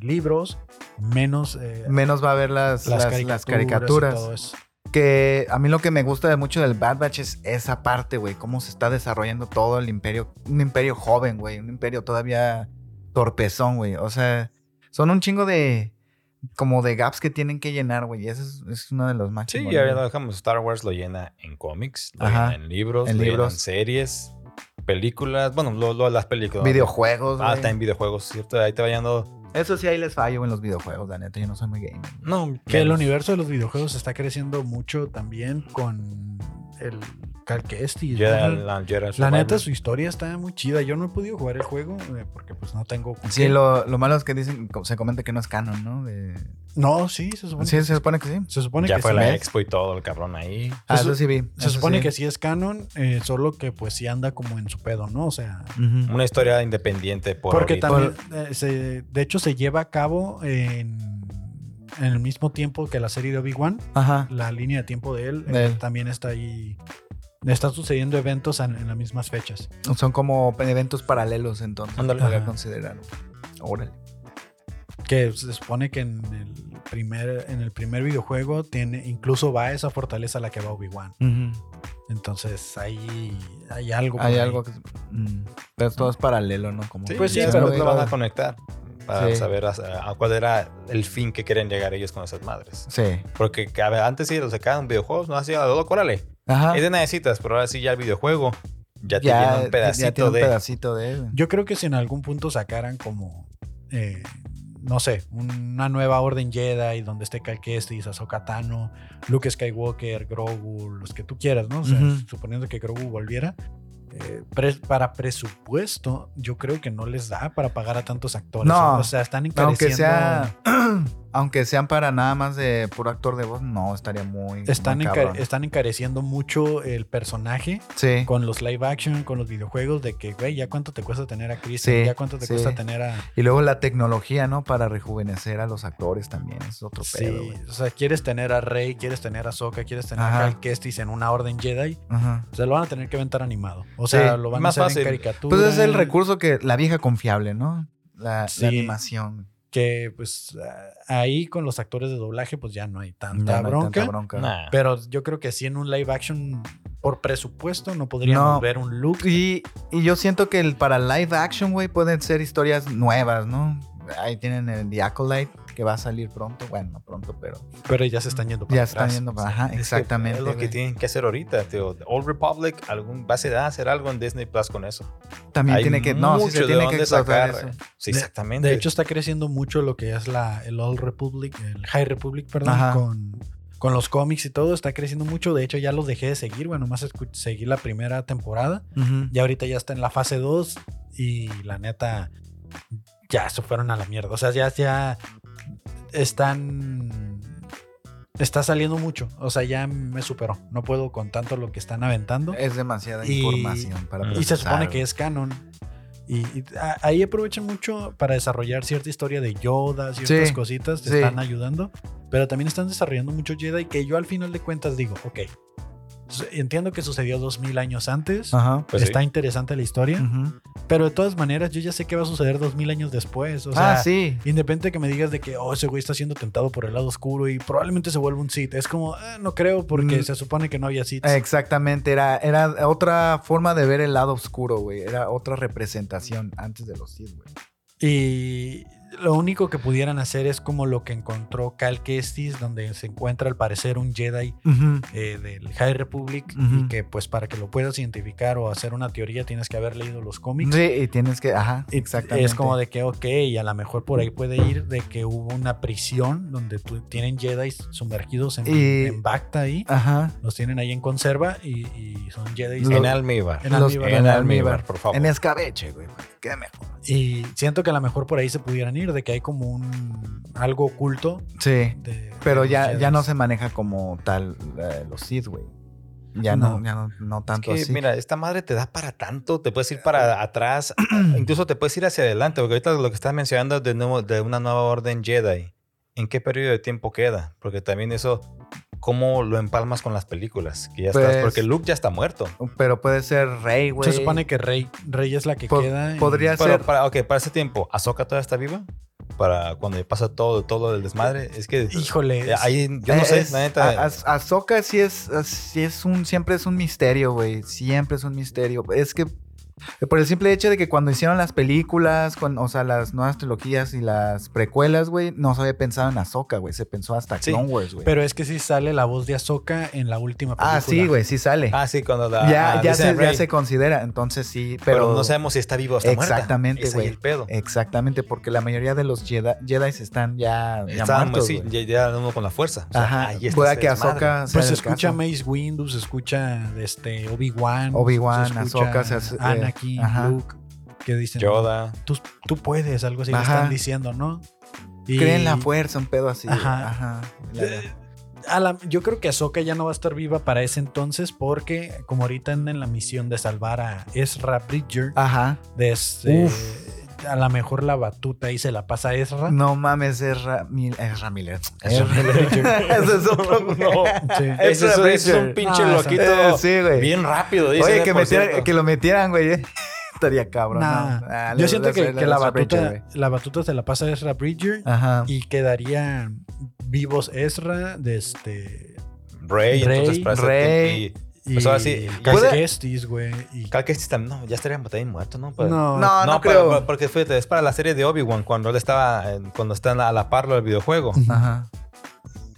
Speaker 1: y libros, menos eh,
Speaker 2: Menos va a ver las, las, las caricaturas.
Speaker 1: y todo eso.
Speaker 2: Que a mí lo que me gusta de mucho del Bad Batch es esa parte, güey. Cómo se está desarrollando todo el imperio. Un imperio joven, güey. Un imperio todavía torpezón, güey. O sea, son un chingo de... Como de gaps que tienen que llenar, güey. Y eso es, es uno de los más
Speaker 3: Sí,
Speaker 2: chingones,
Speaker 3: ya
Speaker 2: güey.
Speaker 3: lo dejamos. Star Wars lo llena en cómics, lo
Speaker 2: Ajá.
Speaker 3: llena en libros,
Speaker 2: En
Speaker 3: lo llena
Speaker 2: libros.
Speaker 3: en series, películas. Bueno, lo, lo- las películas.
Speaker 2: Videojuegos,
Speaker 3: Ah,
Speaker 2: güey.
Speaker 3: está en videojuegos, ¿cierto? Ahí te va llenando.
Speaker 2: Eso sí, ahí les fallo en los videojuegos, la neta. Yo no soy muy gamer. güey.
Speaker 3: No,
Speaker 1: Que el
Speaker 3: menos.
Speaker 1: universo de los videojuegos está creciendo mucho también con el Cal Kestis,
Speaker 3: Jedi-
Speaker 1: ¿no?
Speaker 3: la, Jedi
Speaker 1: La
Speaker 3: Survivor.
Speaker 1: neta, su historia está muy chida. Yo no he podido jugar el juego eh, porque pues no tengo... con
Speaker 2: Sí,
Speaker 1: qué.
Speaker 2: lo, lo malo es que dicen... Se comenta que no es canon, ¿no? De-
Speaker 1: No, sí, se supone,
Speaker 2: Sí, se supone que sí.
Speaker 1: se supone
Speaker 3: Ya
Speaker 1: que
Speaker 3: fue
Speaker 1: sí.
Speaker 3: la
Speaker 1: Se
Speaker 3: expo y todo, el cabrón ahí.
Speaker 2: Ah,
Speaker 1: Se su-
Speaker 2: eso sí vi. eso
Speaker 1: supone
Speaker 2: sí.
Speaker 1: que sí es canon, eh, solo que pues sí anda como en su pedo, ¿no? O sea...
Speaker 2: Ujú.
Speaker 3: Una historia independiente por
Speaker 1: porque
Speaker 3: ahorita.
Speaker 1: también, eh, se- de hecho, se lleva a cabo en, en el mismo tiempo que la serie de Obi-Wan.
Speaker 2: Ajá.
Speaker 1: La línea de tiempo de él,
Speaker 2: De
Speaker 1: eh,
Speaker 2: él.
Speaker 1: también está ahí. Están sucediendo eventos en, en las mismas fechas.
Speaker 2: Son como eventos paralelos, entonces.
Speaker 3: Ándale.
Speaker 2: Podría
Speaker 1: Ajá.
Speaker 2: considerarlo. Órale.
Speaker 1: Que se supone que en el primer, en el primer videojuego tiene, incluso va a esa fortaleza a la que va Obi-Wan. Entonces ahí hay algo. por
Speaker 2: Hay
Speaker 1: ahí.
Speaker 2: algo que. mm, Pero todo es paralelo, ¿no? Como,
Speaker 3: Sí,
Speaker 1: Pues sí,
Speaker 3: ya
Speaker 1: pero-
Speaker 3: después lo van a conectar para
Speaker 2: Sí.
Speaker 3: saber a, a cuál era el fin que quieren llegar ellos con esas madres.
Speaker 2: Sí.
Speaker 3: Porque a ver, antes sí los sacaban videojuegos, no hacía lo loco, órale.
Speaker 2: Ajá.
Speaker 3: Es de necesitas, pero ahora sí ya el videojuego ya, te
Speaker 2: Ah. ya,
Speaker 3: viene un pedacito
Speaker 2: ya tiene un
Speaker 3: de.
Speaker 2: pedacito de.
Speaker 1: Yo creo que si en algún punto sacaran como, eh, no sé, una nueva Orden Jedi donde esté Cal Kestis, Ahsoka Tano, Luke Skywalker, Grogu, los que tú quieras, ¿no? O sea,
Speaker 2: Ujú.
Speaker 1: suponiendo que Grogu volviera. eh, pres- para presupuesto, yo creo que no les da para pagar a tantos actores.
Speaker 2: No.
Speaker 1: o sea, están encareciendo.
Speaker 2: Aunque sea. aunque sean para nada más de puro actor de voz, no, estaría muy.
Speaker 1: Están,
Speaker 2: muy
Speaker 1: encare-
Speaker 2: cabrón.
Speaker 1: están encareciendo mucho el personaje
Speaker 2: Sí.
Speaker 1: con los live action, con los videojuegos, de que, güey, ya cuánto te cuesta tener a Chris,
Speaker 2: Sí,
Speaker 1: ya cuánto te
Speaker 2: sí.
Speaker 1: cuesta tener a,
Speaker 2: Y luego la tecnología, ¿no? Para rejuvenecer a los actores también. Es otro
Speaker 1: Sí,
Speaker 2: pedo, güey.
Speaker 1: o sea, quieres tener a Rey, quieres tener a Sokka, quieres tener
Speaker 2: Ajá.
Speaker 1: a Cal Kestis en una orden Jedi,
Speaker 2: Ajá.
Speaker 1: se lo van a tener que aventar animado. O sea,
Speaker 2: Sí,
Speaker 1: lo van
Speaker 3: más
Speaker 1: a hacer
Speaker 3: fácil.
Speaker 1: en caricatura.
Speaker 2: Pues es el recurso que. La vieja confiable, ¿no? La, la
Speaker 1: Sí.
Speaker 2: animación.
Speaker 1: Que pues ah, ahí con los actores de doblaje, pues ya no hay tanta
Speaker 2: Ya no hay
Speaker 1: bronca.
Speaker 2: tanta bronca.
Speaker 3: Nah.
Speaker 1: Pero yo creo que sí en un live action, por presupuesto, no podríamos
Speaker 2: No.
Speaker 1: ver un look.
Speaker 2: Y, y yo siento que el, para live action, güey, pueden ser historias nuevas, ¿no? Ahí tienen el The Acolyte, que va a salir pronto. Bueno, no pronto, pero
Speaker 1: Pero ya se están yendo para
Speaker 2: ya
Speaker 1: atrás.
Speaker 2: están yendo para... Ajá,
Speaker 3: Es que
Speaker 2: exactamente.
Speaker 3: Es lo que
Speaker 2: güey.
Speaker 3: tienen que hacer ahorita, tío. The Old Republic, algún, va a ser- a hacer algo en Disney Plus con eso.
Speaker 2: También
Speaker 3: Hay
Speaker 2: tiene que... No, sí
Speaker 3: mucho
Speaker 2: se
Speaker 3: de
Speaker 2: tiene que
Speaker 3: dónde
Speaker 2: explotar
Speaker 3: sacar.
Speaker 2: eso.
Speaker 3: Sí,
Speaker 1: De-
Speaker 3: exactamente.
Speaker 1: De hecho, está creciendo mucho lo que es la, el Old Republic, el High Republic, perdón,
Speaker 2: Ajá.
Speaker 1: con, con los cómics y todo. Está creciendo mucho. De hecho, ya los dejé de seguir. Bueno, más seguí la primera temporada.
Speaker 2: Ujú.
Speaker 1: Ya ahorita ya está en la fase 2 y la neta ya se fueron a la mierda. O sea, ya, ya están... Está saliendo mucho. O sea, ya me superó. No puedo con tanto lo que están aventando.
Speaker 2: Es demasiada
Speaker 1: Y-
Speaker 2: información para
Speaker 3: y
Speaker 1: Y se
Speaker 2: procesar,
Speaker 1: supone que es canon. Y, y a- ahí aprovechan mucho para desarrollar cierta historia de Yoda, ciertas
Speaker 2: Sí,
Speaker 1: cositas, te
Speaker 2: sí.
Speaker 1: están ayudando. Pero también están desarrollando mucho Jedi que yo al final de cuentas digo, ok, su- entiendo que sucedió 2000 años antes.
Speaker 2: güey. Ajá.
Speaker 3: Pues
Speaker 1: Está
Speaker 3: sí.
Speaker 1: interesante la historia,
Speaker 2: Ujú.
Speaker 1: pero de todas maneras yo ya sé que va a suceder 2000 años después. O sea,
Speaker 2: ah, sí.
Speaker 1: independiente que me digas de que, oh, ese güey está siendo tentado por el lado oscuro y probablemente se vuelva un Sith. Es como, "Ah, no creo porque
Speaker 2: Mm.
Speaker 1: se supone que no había Sith.
Speaker 2: Exactamente, era, era otra forma de ver el lado oscuro, güey. Era otra representación antes de los Sith, güey.
Speaker 1: Y Lo único que pudieran hacer es como lo que encontró Cal Kestis, donde se encuentra al parecer un Jedi
Speaker 2: Ujú.
Speaker 1: eh, del High Republic y
Speaker 2: Ujú.
Speaker 1: que pues para que lo puedas identificar o hacer una teoría tienes que haber leído los cómics.
Speaker 2: Sí, y tienes que, ajá, exactamente.
Speaker 1: Es como de que, ok, y a lo mejor por ahí puede ir de que hubo una prisión donde tu- tienen Jedi sumergidos en,
Speaker 2: Y- Ah.
Speaker 1: en Bacta ahí.
Speaker 2: Ajá.
Speaker 1: Los tienen ahí en conserva y, y son Jedi.
Speaker 2: Lo-
Speaker 3: En almíbar.
Speaker 1: En
Speaker 3: En,
Speaker 2: Los-
Speaker 1: almíbar.
Speaker 2: en
Speaker 3: almíbar, por favor.
Speaker 2: En escabeche, güey. güey. Qué mejor.
Speaker 1: Y siento que a lo mejor por ahí se pudieran ir, de que hay como un algo oculto.
Speaker 2: Sí.
Speaker 1: de-
Speaker 2: Pero
Speaker 1: de
Speaker 2: ya,
Speaker 1: los
Speaker 2: ya no
Speaker 1: Jedis.
Speaker 2: se maneja como tal eh, los Sith, güey. Ya no,
Speaker 1: No.
Speaker 2: ya no, no
Speaker 3: Es
Speaker 2: tanto
Speaker 3: que,
Speaker 2: así. Ah, eh.
Speaker 3: mira, esta madre te da para tanto, te puedes ir para atrás, incluso te puedes ir hacia adelante, porque ahorita lo que estás mencionando de, nuevo- de una nueva orden Jedi, ¿en qué periodo de tiempo queda? Porque también eso, ¿cómo lo empalmas con las películas? Que ya
Speaker 2: Pues-
Speaker 3: estás, porque Luke ya está muerto.
Speaker 2: Pero puede ser Rey, güey.
Speaker 1: Se supone que Rey, Rey es la que
Speaker 2: Po-
Speaker 1: queda. y-
Speaker 2: podría
Speaker 3: Pero
Speaker 2: ser.
Speaker 3: para, ok, para ese tiempo, ¿Ahsoka todavía está viva? Para cuando pasa todo, todo el desmadre, es que...
Speaker 1: Híjole.
Speaker 3: eh, ahí, yo no sé,
Speaker 2: Es-
Speaker 3: la neta...
Speaker 2: a- Az- Ahsoka sí es, as- sí es un, siempre es un misterio, güey. Siempre es un misterio. Es que por el simple hecho de que cuando hicieron las películas, con, o sea, las nuevas trilogías y las precuelas, güey, no se había pensado en Ahsoka, güey. Se pensó hasta
Speaker 3: Sí,
Speaker 2: Clone Wars, güey.
Speaker 1: Pero es que sí sale la voz de Ahsoka en la última película.
Speaker 2: Ah, sí, güey, sí sale.
Speaker 3: ah, sí, cuando la...
Speaker 2: ya,
Speaker 3: ah,
Speaker 2: ya,
Speaker 3: dicen
Speaker 2: se, ya
Speaker 3: Rey,
Speaker 2: se considera, entonces sí, pero,
Speaker 3: pero, no sabemos si está viva o está muerta.
Speaker 2: Exactamente,
Speaker 3: Ese es ahí
Speaker 2: güey.
Speaker 3: el pedo.
Speaker 2: Exactamente, porque la mayoría de los Jedi, Jedis están ya, ya
Speaker 3: Estaban
Speaker 2: muertos.
Speaker 3: pues, sí,
Speaker 2: güey.
Speaker 3: ya, ya uno con la fuerza. O sea,
Speaker 2: Ajá,
Speaker 3: ahí está
Speaker 2: pueda
Speaker 3: ese
Speaker 2: que
Speaker 3: desmadre.
Speaker 2: Ahsoka sea
Speaker 1: Pues se
Speaker 2: el
Speaker 1: escucha
Speaker 2: caso.
Speaker 1: Mace Windu, se escucha este, Obi-Wan.
Speaker 2: Obi-Wan,
Speaker 1: se escucha
Speaker 2: Ahsoka, se hace- eh,
Speaker 1: Anakin,
Speaker 2: ajá.
Speaker 1: Luke, que dicen,
Speaker 3: Yoda.
Speaker 1: Tú, tú puedes, algo así le
Speaker 2: Ajá.
Speaker 1: están diciendo, ¿no? Y-
Speaker 2: Creen la fuerza, un pedo así. güey.
Speaker 1: Ajá.
Speaker 2: Ajá.
Speaker 1: Eh, a la- yo creo que Ahsoka ya no va a estar viva para ese entonces porque como ahorita andan en la misión de salvar a Ezra Bridger,
Speaker 2: Ajá.
Speaker 1: de este-
Speaker 2: Uf.
Speaker 1: a lo mejor la batuta ahí se la pasa a Ezra.
Speaker 2: No mames, es Ramiller. Es Ramiller.
Speaker 3: Ezra
Speaker 2: Ese es otro.
Speaker 3: No.
Speaker 1: Sí.
Speaker 3: Ese es,
Speaker 2: Ezra
Speaker 3: ese es
Speaker 2: Bridger.
Speaker 3: un pinche
Speaker 1: Ah,
Speaker 3: loquito.
Speaker 2: Eh, sí, güey.
Speaker 3: Bien rápido, dice.
Speaker 2: Oye,
Speaker 3: eh,
Speaker 2: que,
Speaker 3: por
Speaker 2: metiera-
Speaker 3: cierto.
Speaker 2: que lo metieran, güey. eh. Estaría cabrón.
Speaker 1: Nah.
Speaker 2: ¿no? Ah,
Speaker 1: yo
Speaker 2: le-
Speaker 1: siento
Speaker 2: le-
Speaker 1: que,
Speaker 2: le-
Speaker 1: que
Speaker 2: le-
Speaker 1: la,
Speaker 2: le-
Speaker 1: batuta,
Speaker 2: Bridger, güey.
Speaker 1: la batuta se la pasa a Ezra Bridger
Speaker 2: Ajá.
Speaker 1: y quedarían vivos Ezra de este...
Speaker 3: Rey, entonces
Speaker 1: Rey,
Speaker 3: para ese
Speaker 2: Rey.
Speaker 3: tiempo-
Speaker 1: Y
Speaker 3: Pues ahora sí,
Speaker 1: Cal
Speaker 2: ¿puede-
Speaker 1: Kestis, güey. y-
Speaker 3: Y Cal Kestis también. No, ya estaría también muerto, ¿no? Pero-
Speaker 1: no,
Speaker 2: No, no
Speaker 3: pero-
Speaker 2: creo.
Speaker 3: pero- porque fíjate, es para la serie de Obi-Wan cuando él estaba. en- cuando están a la par del videojuego.
Speaker 2: Mm.
Speaker 1: Ujú.
Speaker 2: Ajá.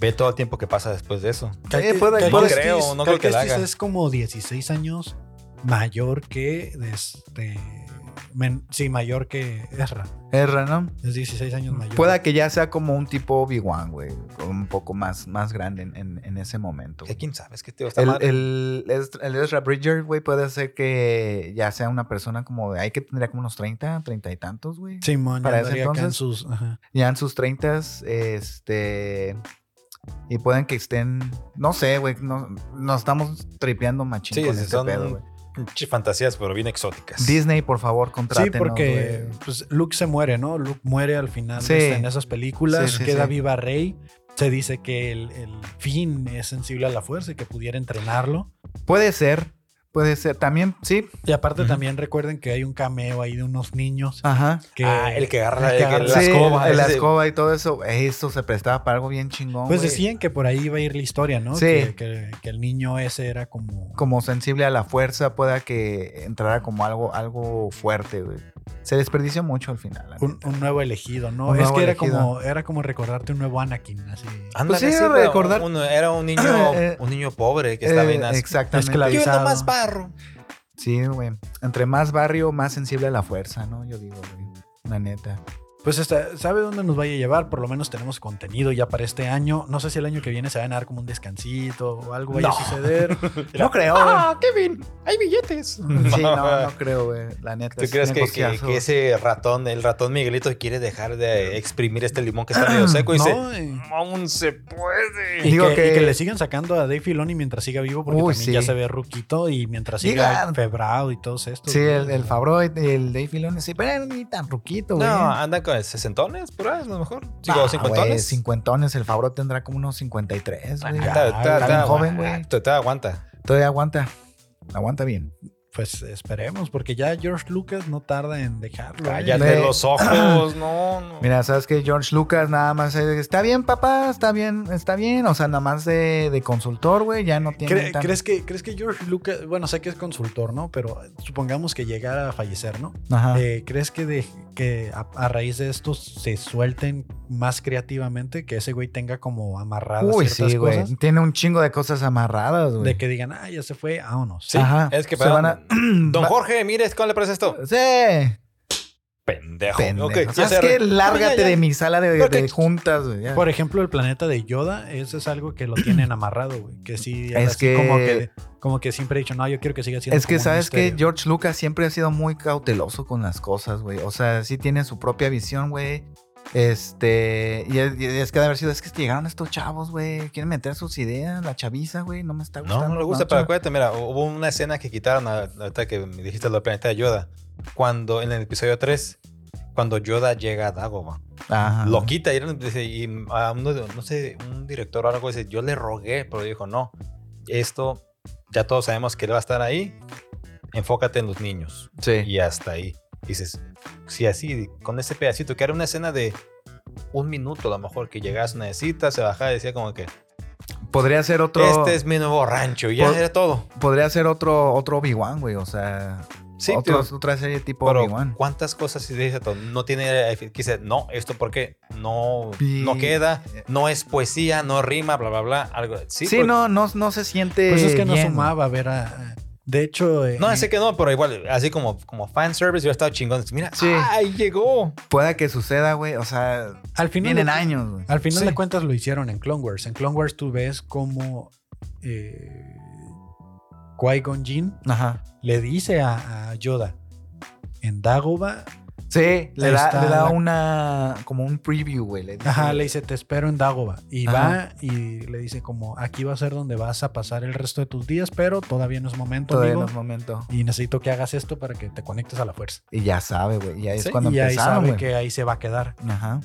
Speaker 3: Ve todo el tiempo que pasa después de eso.
Speaker 1: Cal-
Speaker 2: Eh, puede-
Speaker 1: Cal
Speaker 2: no
Speaker 1: Kestis-
Speaker 3: creo, no
Speaker 1: Cal
Speaker 3: creo que la
Speaker 1: Kestis
Speaker 3: haga.
Speaker 1: es como 16 años mayor que este men- sí, mayor que Ezra.
Speaker 2: Erra, ¿no?
Speaker 1: Es 16 años mayor.
Speaker 2: Pueda que ya sea como un tipo Obi-Wan, güey. Un poco más, más grande en, en- en ese momento.
Speaker 3: Que
Speaker 2: güey.
Speaker 3: quién sabe, es que te está
Speaker 2: El,
Speaker 3: mal.
Speaker 2: el, Es- el Ezra Bridger, güey, puede ser que ya sea una persona como de ahí que tendría como unos 30, 30 y tantos, güey.
Speaker 1: Simón,
Speaker 2: para
Speaker 1: para acá
Speaker 2: ese
Speaker 1: en
Speaker 2: entonces.
Speaker 1: sus ajá.
Speaker 2: Ya en sus 30, este. Y pueden que estén. No sé, güey. No, nos estamos tripeando machín
Speaker 3: Sí,
Speaker 2: con
Speaker 3: sí,
Speaker 2: este
Speaker 3: son-
Speaker 2: pedo, güey.
Speaker 3: Pinche fantasías, pero bien exóticas.
Speaker 2: Disney, por favor,
Speaker 1: Sí,
Speaker 2: contrátenos,
Speaker 1: porque
Speaker 2: güey.
Speaker 1: pues, Luke se muere, ¿no? Luke muere al final
Speaker 2: Sí.
Speaker 1: este, en esas películas,
Speaker 2: Sí, sí,
Speaker 1: queda
Speaker 2: sí.
Speaker 1: viva Rey. Se dice que el, el Finn es sensible a la fuerza y que pudiera entrenarlo.
Speaker 2: Puede ser. Puede ser. También, sí.
Speaker 1: Y aparte
Speaker 3: Ujú.
Speaker 1: también recuerden que hay un cameo ahí de unos niños
Speaker 2: Ajá.
Speaker 1: que
Speaker 3: Ah, el que agarra
Speaker 1: el que
Speaker 3: el que-
Speaker 1: agarra-
Speaker 3: la
Speaker 2: Sí,
Speaker 3: escoba.
Speaker 2: el- La
Speaker 3: ese-
Speaker 2: escoba y todo eso. Eso se prestaba para algo bien chingón.
Speaker 1: Pues
Speaker 2: güey.
Speaker 1: decían que por ahí iba a ir la historia, ¿no?
Speaker 2: Sí.
Speaker 1: Que, que- que el niño ese era como...
Speaker 2: como sensible a la fuerza pueda que entrara como algo, algo fuerte, güey. Se desperdició mucho al final. la
Speaker 1: un,
Speaker 2: neta.
Speaker 1: un nuevo elegido, ¿no?
Speaker 2: Un
Speaker 1: es
Speaker 2: nuevo
Speaker 1: que era
Speaker 2: elegido.
Speaker 1: como, era como recordarte un nuevo Anakin, así.
Speaker 3: Ándale,
Speaker 2: Pues sí,
Speaker 3: sí, pero
Speaker 2: recordar-
Speaker 3: uno- era un niño,
Speaker 2: Eh,
Speaker 3: un niño pobre que estaba
Speaker 2: Eh,
Speaker 3: bien así.
Speaker 2: Exactamente.
Speaker 1: esclavizado. Yo nomás
Speaker 3: barro.
Speaker 2: Sí, güey. Entre más barrio, más sensible a la fuerza, ¿no? Yo digo, güey. La neta.
Speaker 1: Pues hasta, ¿sabe dónde nos vaya a llevar? Por lo menos tenemos contenido ya para este año. No sé si el año que viene se van a dar como un descansito o algo vaya
Speaker 3: No.
Speaker 1: a suceder.
Speaker 2: No creo, güey.
Speaker 3: ¡Ah, Kevin! ¡Hay billetes!
Speaker 2: Sí, no, pues, no creo, güey. La neta.
Speaker 3: ¿Tú
Speaker 2: es
Speaker 3: crees que, que-
Speaker 2: negociazo.
Speaker 3: que ese ratón, el ratón Miguelito, quiere dejar de exprimir este limón que está medio seco y dice,
Speaker 1: ¿No? Y-
Speaker 3: aún se puede?
Speaker 1: Y,
Speaker 2: Digo
Speaker 1: que, y
Speaker 2: pues que-
Speaker 1: que le sigan sacando a Dave Filoni mientras siga vivo, porque
Speaker 2: Uy,
Speaker 1: también
Speaker 2: sí.
Speaker 1: ya se ve ruquito y mientras siga
Speaker 2: Digan.
Speaker 1: febrado y todos estos.
Speaker 2: Sí, el,
Speaker 1: ¿no?
Speaker 2: el Favreau y el Dave Filoni, sí, pero ni tan ruquito, güey.
Speaker 3: No, andan con sesentones, por ahí, a lo mejor. Digo,
Speaker 2: Ah, güey,
Speaker 3: cincuentones.
Speaker 2: cincuentones. El Favreau tendrá como unos 53, güey.
Speaker 1: Ah,
Speaker 3: Ta- ta-
Speaker 1: Está
Speaker 3: ta-
Speaker 2: bien
Speaker 3: ta-
Speaker 2: joven, güey.
Speaker 3: ta- ta- aguanta.
Speaker 2: Todavía aguanta. Aguanta bien.
Speaker 1: Pues esperemos, porque ya George Lucas no tarda en dejarlo. ¿eh?
Speaker 3: Cállate
Speaker 2: Ve.
Speaker 3: los ojos, no, no.
Speaker 2: Mira, sabes que George Lucas nada más es, está bien, papá, está bien, está bien. O sea, nada más de, de consultor, güey, ya no tiene.
Speaker 1: ¿Cre-
Speaker 2: tan-
Speaker 1: ¿Crees, que, ¿Crees que George Lucas, bueno, sé que es consultor, ¿no? Pero supongamos que llegara a fallecer, ¿no?
Speaker 2: Ajá.
Speaker 1: Eh, ¿Crees que, de- que a, a raíz de esto se suelten más creativamente, que ese güey tenga como amarradas
Speaker 2: Uy,
Speaker 1: ciertas
Speaker 2: sí, güey.
Speaker 1: cosas.
Speaker 2: Tiene un chingo de cosas amarradas, güey.
Speaker 1: De que digan, ah, ya se fue, vámonos.
Speaker 3: Sí,
Speaker 2: Ajá.
Speaker 3: es que
Speaker 2: Se
Speaker 3: para-
Speaker 2: van a-
Speaker 3: Don
Speaker 2: Va-
Speaker 3: Jorge, mire, ¿cómo le parece esto?
Speaker 2: Sí.
Speaker 3: Pendejo.
Speaker 2: Pendejo.
Speaker 3: Ok, ya
Speaker 2: ¿Sabes
Speaker 3: se
Speaker 2: qué?
Speaker 3: arre-
Speaker 2: Lárgate
Speaker 3: ya, ya.
Speaker 2: de mi sala de,
Speaker 3: Creo
Speaker 2: de
Speaker 3: que-
Speaker 2: juntas, güey. ya.
Speaker 1: Por ejemplo, el planeta de Yoda, eso es algo que lo tienen amarrado, güey. Que sí,
Speaker 2: Es
Speaker 1: así
Speaker 2: que-
Speaker 1: Como que, como que siempre he dicho, no, yo quiero que siga siendo.
Speaker 2: Es que
Speaker 1: como un
Speaker 2: sabes que
Speaker 1: misterio".
Speaker 2: George Lucas siempre ha sido muy cauteloso con las cosas, güey. O sea, sí tiene su propia visión, güey. Este, y es, y es que de haber sido, es que llegaron estos chavos, güey. Quieren meter sus ideas, la chaviza, güey. No me está gustando.
Speaker 3: No, no le gusta, pero
Speaker 2: para
Speaker 3: acuérdate, mira, hubo una escena que quitaron a- ahorita que me dijiste lo del planeta de Yoda. Cuando, en el episodio 3, cuando Yoda llega a Dagobah,
Speaker 2: Ajá.
Speaker 3: lo quita y, era- dice, y a uno, de- no sé, un director o algo dice, yo le rogué, pero dijo, no, esto ya todos sabemos que él va a estar ahí, enfócate en los niños.
Speaker 2: Sí.
Speaker 3: y hasta ahí. Dices, si así, con ese pedacito, que era una escena de un minuto, a lo mejor que llegas a una cita, se bajaba y decía como que,
Speaker 2: Podría ser otro.
Speaker 3: este es mi nuevo rancho, y ya
Speaker 2: Por-
Speaker 3: era todo.
Speaker 2: Podría ser otro, otro Obi-Wan, güey. O sea,
Speaker 3: Sí,
Speaker 2: otro-
Speaker 3: tío,
Speaker 2: otra serie tipo
Speaker 3: pero
Speaker 2: Obi-Wan.
Speaker 3: ¿cuántas cosas si dice todo? No tiene, quise, no, esto porque no,
Speaker 2: Pi-
Speaker 3: no queda, no es poesía, no rima, bla, bla, bla, algo. Sí,
Speaker 2: Sí,
Speaker 3: porque-
Speaker 2: no, no, no se siente.
Speaker 1: Pues es que no
Speaker 2: bien.
Speaker 1: sumaba ver a. De hecho. eh,
Speaker 3: No, sé que no, pero igual, así como, como fan service, yo he estado chingón. Mira,
Speaker 2: Sí.
Speaker 3: ¡ay, llegó!
Speaker 2: Pueda que suceda, güey. O sea,
Speaker 1: Al final.
Speaker 2: vienen
Speaker 1: de-
Speaker 2: años, güey.
Speaker 1: Al final
Speaker 3: Sí.
Speaker 1: de cuentas lo hicieron en Clone Wars. En Clone Wars tú ves cómo eh, Qui-Gon Jinn
Speaker 2: Ajá.
Speaker 1: le dice a, a Yoda en Dagobah,
Speaker 2: Sí, le
Speaker 1: Ahí
Speaker 2: da,
Speaker 1: está
Speaker 2: le da
Speaker 1: la-
Speaker 2: una. Como un preview, güey. Le dice,
Speaker 1: ajá, le dice "Ah, te espero en Dagobah y
Speaker 2: Ajá.
Speaker 1: va y le dice como aquí va a ser donde vas a pasar el resto de tus días, pero todavía no es momento,
Speaker 2: Todavía
Speaker 1: amigo,
Speaker 2: no es momento.
Speaker 1: y necesito que hagas esto para que te conectes a la fuerza.
Speaker 2: Y ya sabe, güey. Ya es
Speaker 1: Sí,
Speaker 2: cuando
Speaker 1: y ahí
Speaker 2: empezaron,
Speaker 1: sabe
Speaker 2: güey.
Speaker 1: que ahí se va a quedar.
Speaker 2: Ajá.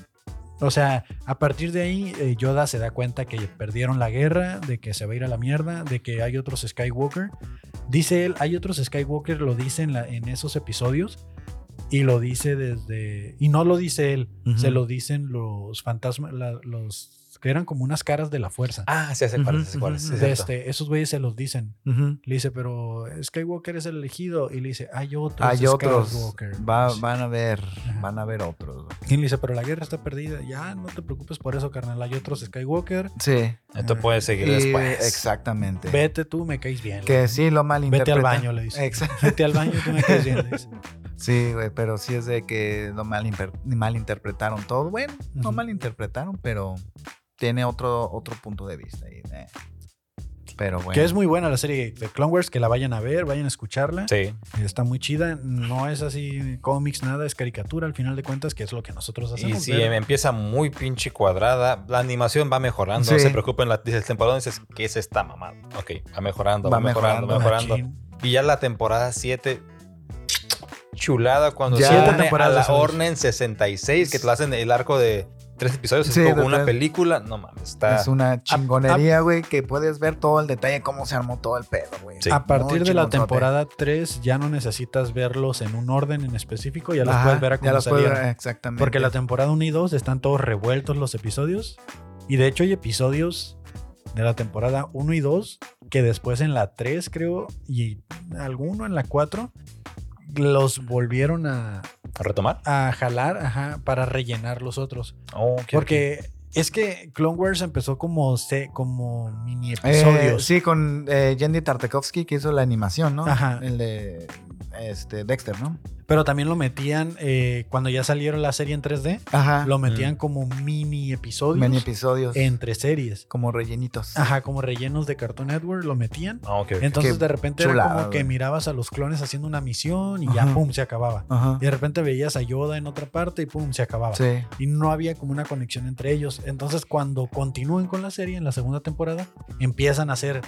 Speaker 1: O sea, a partir de ahí, eh, Yoda se da cuenta que perdieron la guerra, de que se va a ir a la mierda, de que hay otros Skywalker. Dice él, hay otros Skywalker, lo dice en, la- en esos episodios. Y lo dice desde. Y no lo dice él,
Speaker 2: Ujú.
Speaker 1: se lo dicen los fantasmas, la- los que eran como unas caras de la fuerza.
Speaker 3: Ah, sí, hace cuál,
Speaker 2: Ujú,
Speaker 3: sí, hace cuál. sí,
Speaker 2: ujú,
Speaker 1: De
Speaker 3: cierto.
Speaker 1: este, esos güeyes se los dicen.
Speaker 2: Ujú.
Speaker 1: Le dice, pero Skywalker es el elegido. Y le dice, hay otros.
Speaker 2: Hay otros.
Speaker 1: Skywalker.
Speaker 2: Va-
Speaker 1: pues, Sí.
Speaker 2: van a ver. Van a ver otros, güey.
Speaker 1: Y le dice, pero la guerra está perdida. Ya, no te preocupes por eso, carnal. Hay otros Skywalker.
Speaker 2: Sí.
Speaker 3: Esto puede seguir
Speaker 2: Y-
Speaker 3: después.
Speaker 2: Exactamente.
Speaker 1: Vete tú, me caes bien.
Speaker 2: Este, que sí lo
Speaker 1: Vete
Speaker 2: malinterpretan.
Speaker 1: al baño, le dice.
Speaker 2: Exacto.
Speaker 1: Vete al baño, tú me caes bien. le dice.
Speaker 2: Sí, güey, pero sí es de que lo malinter- malinterpretaron todo. Bueno, no
Speaker 1: Ujú.
Speaker 2: malinterpretaron, pero tiene otro, otro punto de vista. ahí, eh. Pero bueno.
Speaker 1: Que es muy buena la serie de Clone Wars, que la vayan a ver, vayan a escucharla.
Speaker 3: Sí.
Speaker 1: Está muy chida. No es así cómics, nada, es caricatura al final de cuentas, que es lo que nosotros
Speaker 3: Y
Speaker 1: hacemos.
Speaker 3: si
Speaker 1: pero-
Speaker 3: empieza muy pinche cuadrada, la animación va mejorando. No
Speaker 2: Sí.
Speaker 3: se preocupen, la, dice el temporada dices, ¿qué es esta mamada? Ok, va mejorando, va,
Speaker 2: Va
Speaker 3: mejorando, va
Speaker 1: Machín.
Speaker 3: mejorando. Y ya la temporada 7, chulada cuando
Speaker 2: Ya.
Speaker 3: se
Speaker 2: Siete
Speaker 3: pone a
Speaker 1: temporadas,
Speaker 3: la
Speaker 1: ¿sabes?
Speaker 3: orden 66, que te lo hacen el arco de tres episodios,
Speaker 2: Sí,
Speaker 3: es como
Speaker 2: de
Speaker 3: una
Speaker 2: tres.
Speaker 3: película. No mames, está.
Speaker 2: Es una chingonería, güey, que puedes ver todo el detalle, cómo se armó todo el pedo, güey.
Speaker 3: Sí.
Speaker 1: A partir
Speaker 2: Muy
Speaker 1: de la
Speaker 2: chingonzote.
Speaker 1: temporada 3 ya no necesitas verlos en un orden en específico, ya los
Speaker 2: Ajá,
Speaker 1: puedes ver a
Speaker 2: ya
Speaker 1: cómo
Speaker 2: las puedes
Speaker 1: salieron.
Speaker 2: ver, exactamente.
Speaker 1: Porque la temporada 1 y 2 están todos revueltos los episodios. Y de hecho hay episodios de la temporada 1 y 2 que después en la 3 creo y alguno en la 4 los volvieron a,
Speaker 3: ¿A retomar?
Speaker 1: a jalar ajá, para rellenar los otros.
Speaker 3: Oh, ok,
Speaker 1: Porque es que Clone Wars empezó como, se, como mini
Speaker 2: Eh,
Speaker 1: episodios.
Speaker 2: sí, con eh, Jendy Tartakovsky, que hizo la animación, ¿no?
Speaker 1: Ajá.
Speaker 2: El de este, Dexter, ¿no?
Speaker 1: Pero también lo metían eh, cuando ya salieron la serie en 3D.
Speaker 2: Ajá.
Speaker 1: Lo metían como mini episodios
Speaker 2: Ah. Mm. Mini episodios.
Speaker 1: entre series.
Speaker 2: como rellenitos.
Speaker 1: Ajá, como rellenos de Cartoon Network, lo metían.
Speaker 3: ok. Ah, ok, ok.
Speaker 1: Entonces
Speaker 2: Qué
Speaker 1: de repente era
Speaker 2: chulada,
Speaker 1: como que
Speaker 2: güey.
Speaker 1: mirabas a los clones haciendo una misión y ya
Speaker 2: Ajá.
Speaker 1: pum, se acababa.
Speaker 2: Ajá.
Speaker 1: Y de repente veías a Yoda en otra parte y pum, se acababa.
Speaker 2: Sí.
Speaker 1: Y no había como una conexión entre ellos. Entonces cuando continúen con la serie en la segunda temporada, empiezan a hacer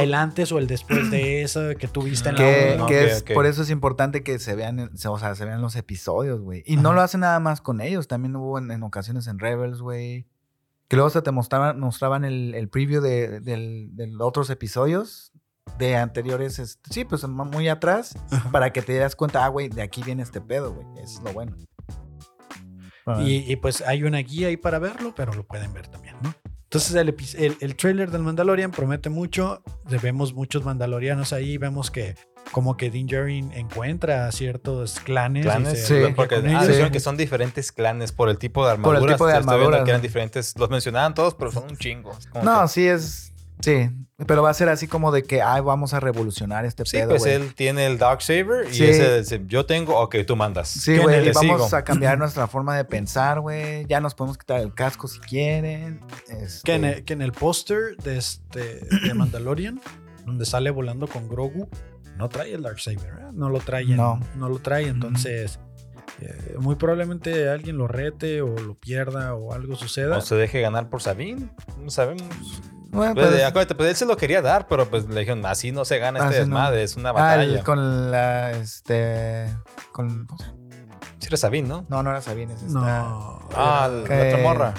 Speaker 1: el antes o el después de eso que tuviste en la
Speaker 2: que,
Speaker 1: uno.
Speaker 3: uno.
Speaker 2: que
Speaker 3: Ok,
Speaker 2: es,
Speaker 3: ok.
Speaker 2: por eso es importante que se vean, se- o sea, se vean los episodios, güey. Y no
Speaker 1: Ajá.
Speaker 2: lo hacen nada más con ellos, también hubo en, en ocasiones en Rebels, güey. Que luego hasta te mostraban, mostraban el, el preview de, del- del otros episodios, de anteriores, es- sí, pues ma- muy atrás,
Speaker 1: Ajá.
Speaker 2: para que te das cuenta, ah, güey, de aquí viene este pedo, güey. Eso es lo bueno. Ah.
Speaker 1: Y, y, pues hay una guía ahí para verlo, pero lo pueden ver también, ¿no? Entonces el, epi- el, el trailer del Mandalorian promete mucho. Vemos muchos mandalorianos ahí, vemos que como que Din Djarin encuentra a ciertos clanes. y
Speaker 3: Clanes,
Speaker 1: se
Speaker 2: Sí.
Speaker 1: alía
Speaker 3: porque
Speaker 1: con
Speaker 3: ah,
Speaker 1: ellos.
Speaker 3: dijeron que son diferentes clanes por el tipo de
Speaker 2: Por
Speaker 3: armaduras.
Speaker 2: el tipo de
Speaker 3: Estoy viendo
Speaker 2: armaduras,
Speaker 3: que eran
Speaker 2: ¿no?
Speaker 3: diferentes. Los mencionaban todos, pero son un chingo. Es como
Speaker 2: No,
Speaker 3: que-
Speaker 2: sí es. Sí, pero va a ser así como de que, ay, vamos a revolucionar este
Speaker 3: sí,
Speaker 2: pedo.
Speaker 3: pues
Speaker 2: güey.
Speaker 3: él tiene el Dark Saber y
Speaker 2: Sí.
Speaker 3: ese dice, yo tengo, ok, tú mandas.
Speaker 2: Sí,
Speaker 3: ¿Quién
Speaker 2: güey,
Speaker 3: le
Speaker 2: y vamos
Speaker 3: sigo?
Speaker 2: a cambiar nuestra forma de pensar, güey. Ya nos podemos quitar el casco si quieren. Este,
Speaker 1: Que en el, que en el póster de, este, de Mandalorian, donde sale volando con Grogu, no trae el Darksaber, ¿eh? no lo trae. en-
Speaker 2: No.
Speaker 1: No. lo trae, entonces eh, muy probablemente alguien lo rete o lo pierda o algo suceda.
Speaker 3: O se deje ganar por Sabine. No sabemos.
Speaker 2: Bueno,
Speaker 3: Pues,
Speaker 2: pues,
Speaker 3: acuérdate, pues él se lo quería dar, pero pues le dijeron, así no se gana este
Speaker 2: Así no.
Speaker 3: desmadre, es una
Speaker 2: ah, el-
Speaker 3: batalla.
Speaker 2: con la, este, con,
Speaker 3: Sí era Sabine, ¿no?
Speaker 2: no, no era Sabine, es esta.
Speaker 1: no.
Speaker 3: Ah,
Speaker 1: era-
Speaker 3: la
Speaker 2: Eh,
Speaker 3: otra morra.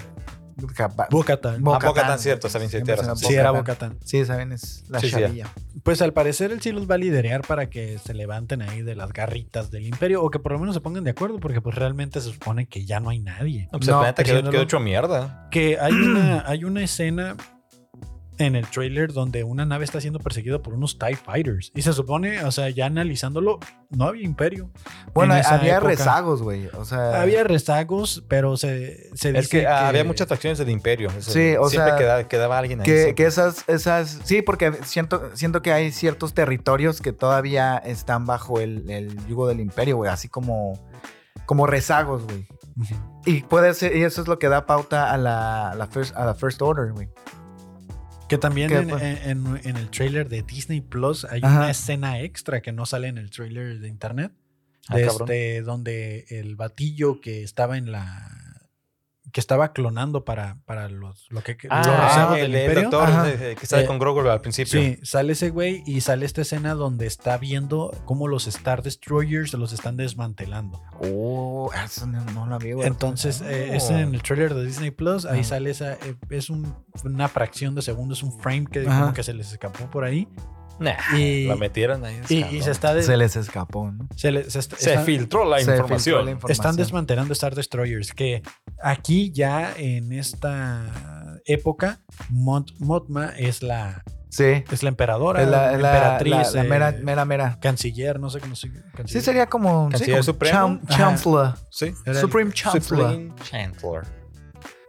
Speaker 3: Pues,
Speaker 2: Japa-
Speaker 1: Bo-Katan.
Speaker 2: Bo-
Speaker 3: Ah,
Speaker 2: Bo-Katan.
Speaker 3: Bo-Katan, cierto, Sabine, sí,
Speaker 2: Siempre
Speaker 3: tienes
Speaker 2: se
Speaker 3: razón.
Speaker 2: me-
Speaker 1: sí, era
Speaker 2: Bo-Katan.
Speaker 1: Bo-Katan.
Speaker 2: Sí, Sabine es la
Speaker 3: Sí, sí, ya.
Speaker 2: chavilla.
Speaker 1: Pues al parecer él sí los va a liderear para que se levanten ahí de las garritas del imperio o que por lo menos se pongan de acuerdo porque pues realmente se supone que ya no hay nadie.
Speaker 3: No, pues
Speaker 2: No,
Speaker 3: el planeta quedó,
Speaker 1: creyéndolo.
Speaker 3: quedó hecho mierda.
Speaker 1: Que hay una, hay una escena en el trailer donde una nave está siendo perseguida por unos TIE Fighters. Y se supone, o sea, ya analizándolo, no había imperio.
Speaker 2: Bueno,
Speaker 1: en esa
Speaker 2: había
Speaker 1: época.
Speaker 2: rezagos, güey. O sea,
Speaker 1: Había rezagos, pero se, se dice
Speaker 3: Ah. Es que, ah, había muchas facciones del imperio. eso,
Speaker 2: Sí, o
Speaker 3: siempre
Speaker 2: sea,
Speaker 3: queda- quedaba alguien ahí.
Speaker 2: que,
Speaker 3: siempre.
Speaker 2: que esas, esas, sí, porque siento, siento que hay ciertos territorios que todavía están bajo el, el yugo del imperio, güey, así como, como rezagos, güey.
Speaker 1: Ujú.
Speaker 2: Y puede ser, y eso es lo que da pauta a la, a la, first, a la first Order, güey.
Speaker 1: Que también
Speaker 2: ¿Qué
Speaker 1: en,
Speaker 2: fue?
Speaker 1: en- en- en el trailer de Disney Plus hay
Speaker 2: Ajá.
Speaker 1: una escena extra que no sale en el trailer de internet.
Speaker 3: Ah,
Speaker 1: de
Speaker 3: cabrón.
Speaker 1: este, donde el batillo que estaba en la. que estaba clonando para, para los, lo que.
Speaker 3: Ah,
Speaker 1: los rezagos
Speaker 3: el,
Speaker 1: del
Speaker 3: el
Speaker 1: imperio.
Speaker 3: doctor
Speaker 2: Ajá.
Speaker 3: eh, que sale
Speaker 1: Eh,
Speaker 3: con Grogu al principio.
Speaker 1: Sí, sale ese güey y sale esta escena donde está viendo cómo los Star Destroyers los están desmantelando.
Speaker 3: Ah,
Speaker 2: Oh, eso no, no lo había, güey.
Speaker 1: Entonces, eh, es
Speaker 3: Oh.
Speaker 1: en el trailer de Disney Plus, ahí
Speaker 2: Ah.
Speaker 1: sale esa, eh, es un- una fracción de segundo, es un frame que
Speaker 2: Ajá.
Speaker 1: como que se les escapó por ahí.
Speaker 3: Nah,
Speaker 1: Y,
Speaker 3: la metieron ahí.
Speaker 1: y- y
Speaker 3: cabrón.
Speaker 1: se está... de-
Speaker 2: se les escapó, ¿no?
Speaker 1: se le- se est-
Speaker 3: Se
Speaker 1: están-
Speaker 3: filtró la
Speaker 2: Se filtró
Speaker 3: información.
Speaker 2: la
Speaker 1: Están
Speaker 2: información.
Speaker 1: desmantelando Star Destroyers, que aquí ya en esta época, Mont Motma es la,
Speaker 2: Sí.
Speaker 1: es la emperadora,
Speaker 2: Es la, es la-
Speaker 1: emperatriz,
Speaker 2: la- la
Speaker 1: eh,
Speaker 2: mera, mera, mera.
Speaker 1: canciller, no sé cómo se
Speaker 2: Sí,
Speaker 1: canciller.
Speaker 2: sería como. Sí,
Speaker 3: Canciller
Speaker 2: como
Speaker 3: supremo.
Speaker 2: cham-
Speaker 1: Ajá.
Speaker 2: Chancellor.
Speaker 3: Sí.
Speaker 1: Era el-
Speaker 2: Supreme Chancellor.
Speaker 3: Supreme Chancellor.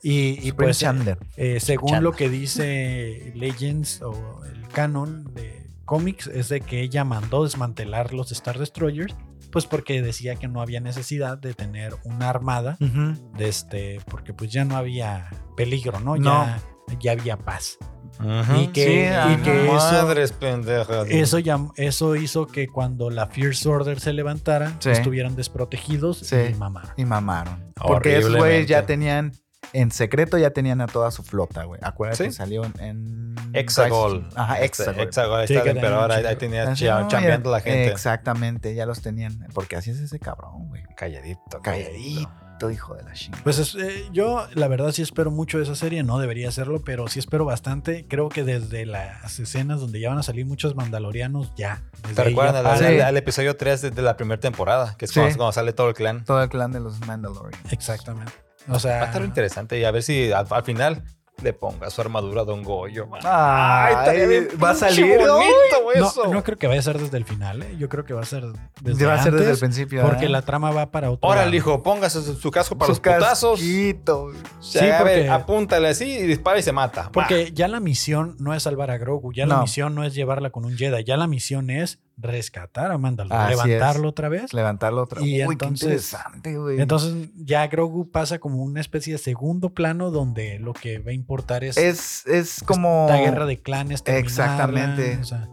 Speaker 1: Y, y
Speaker 2: Supreme
Speaker 1: pues,
Speaker 2: Chancellor.
Speaker 1: eh, según
Speaker 3: Chan.
Speaker 1: lo que dice Legends o el canon de cómics, es de que ella mandó desmantelar los Star Destroyers, pues porque decía que no había necesidad de tener una armada,
Speaker 2: Ujú.
Speaker 1: de este, porque pues ya no había peligro, ¿no?
Speaker 2: No.
Speaker 1: Ya, ya había paz.
Speaker 3: Ujú.
Speaker 1: que-
Speaker 2: Sí,
Speaker 1: y
Speaker 2: ajá.
Speaker 1: que eso-
Speaker 3: Madres pendejas.
Speaker 1: Eso, llam- eso hizo que cuando la Fierce Order se levantara,
Speaker 2: Sí.
Speaker 1: estuvieran desprotegidos
Speaker 2: Sí.
Speaker 1: y mamaron.
Speaker 2: Y mamaron. Porque esos güeyes
Speaker 3: Horriblemente.
Speaker 2: ya tenían. En secreto ya tenían a toda su flota, güey. Acuérdate
Speaker 3: Sí.
Speaker 2: que salió en. en-
Speaker 3: Hexagol.
Speaker 2: Ajá,
Speaker 3: Este,
Speaker 2: Hexagol.
Speaker 3: Hexagol. Ahí
Speaker 1: Sí,
Speaker 3: está
Speaker 1: que
Speaker 3: el emperador. Ahí,
Speaker 1: tenía un
Speaker 3: ahí tenía
Speaker 2: Así,
Speaker 3: chea-
Speaker 2: no,
Speaker 3: chambeando
Speaker 2: ya-
Speaker 3: la gente.
Speaker 2: Exactamente, ya los tenían. Porque así es ese cabrón, güey.
Speaker 3: Calladito.
Speaker 2: Calladito, hijo de la chingada.
Speaker 1: Pues es- eh, yo la verdad sí espero mucho de esa serie, no debería hacerlo, pero sí espero bastante. Creo que desde las escenas donde ya van a salir muchos mandalorianos, ya. desde
Speaker 3: ¿Te
Speaker 1: ahí
Speaker 3: recuerdan
Speaker 1: ya
Speaker 3: al,
Speaker 1: para-
Speaker 2: Sí.
Speaker 3: al- al episodio 3 de, de la primera temporada? Que es
Speaker 2: Sí. Ah.
Speaker 3: cuando, cuando sale todo el clan.
Speaker 2: Todo el clan de los Mandalorian.
Speaker 1: Exactamente. O
Speaker 3: Va a
Speaker 1: sea,
Speaker 3: estar interesante y a ver si al, al final le ponga su armadura a Don Goyo. man.
Speaker 2: Ah. Ay,
Speaker 3: estaría bien
Speaker 2: va a
Speaker 3: pinche
Speaker 2: salir.
Speaker 3: bonito eso.
Speaker 1: no, no creo que vaya a ser desde el final, ¿eh? yo creo que va a ser desde,
Speaker 2: va a ser desde el
Speaker 1: antes,
Speaker 2: principio. ¿eh?
Speaker 1: Porque
Speaker 2: ¿verdad?
Speaker 1: la trama va para otro.
Speaker 3: Órale,
Speaker 1: lado.
Speaker 3: hijo, póngase su, su casco para
Speaker 2: Su
Speaker 3: los putazos.
Speaker 2: casquito.
Speaker 3: Sí,
Speaker 1: Sí, porque-
Speaker 3: apúntale así y dispara y se mata.
Speaker 1: Porque ya la misión no es salvar a Grogu, ya la
Speaker 2: No.
Speaker 1: misión no es llevarla con un Jedi, ya la misión es rescatar a Mandalore,
Speaker 2: Así es.
Speaker 1: levantarlo otra vez.
Speaker 2: Levantarlo otra
Speaker 1: Y
Speaker 2: Uy,
Speaker 1: entonces-
Speaker 2: qué interesante, güey.
Speaker 1: Entonces ya Grogu pasa como una especie de segundo plano donde lo que va a importar es,
Speaker 2: es, es como.
Speaker 1: la guerra de clanes. terminarla,
Speaker 2: Exactamente.
Speaker 1: o sea,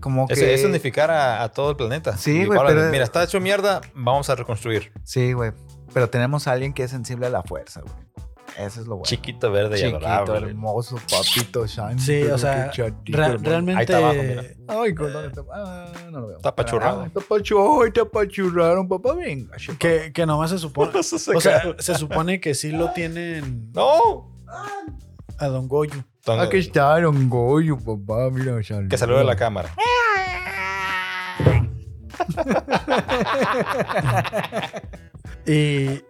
Speaker 2: Como
Speaker 3: Es-
Speaker 2: que.
Speaker 3: Es, unificar a, a todo el planeta.
Speaker 2: Sí,
Speaker 3: Y
Speaker 2: güey,
Speaker 3: órale,
Speaker 2: pero-
Speaker 3: Mira, está hecho mierda, vamos a reconstruir.
Speaker 2: sí, güey. Pero tenemos a alguien que es sensible a la fuerza, güey. Eso es lo bueno.
Speaker 3: Chiquito, verde y
Speaker 2: Chiquito,
Speaker 3: adorable.
Speaker 2: hermoso, papito, shiny.
Speaker 1: Sí, o sea, re- realmente.
Speaker 3: Ahí está abajo, mira. Eh.
Speaker 2: Ay, con dónde está. Ah, no lo veo.
Speaker 3: Está apachurrado.
Speaker 2: Ah, Está apachurrado, está apachurraron, papá. Venga,
Speaker 1: que, que nomás se supone.
Speaker 3: Eso se
Speaker 1: o sea,
Speaker 3: cae.
Speaker 1: se supone que sí lo tienen
Speaker 3: no.
Speaker 1: a Don Goyu.
Speaker 3: Entonces,
Speaker 2: Aquí está Don Goyo, papá. Mira,
Speaker 3: que salude
Speaker 2: Mm.
Speaker 3: a la cámara.
Speaker 1: Y, Eh,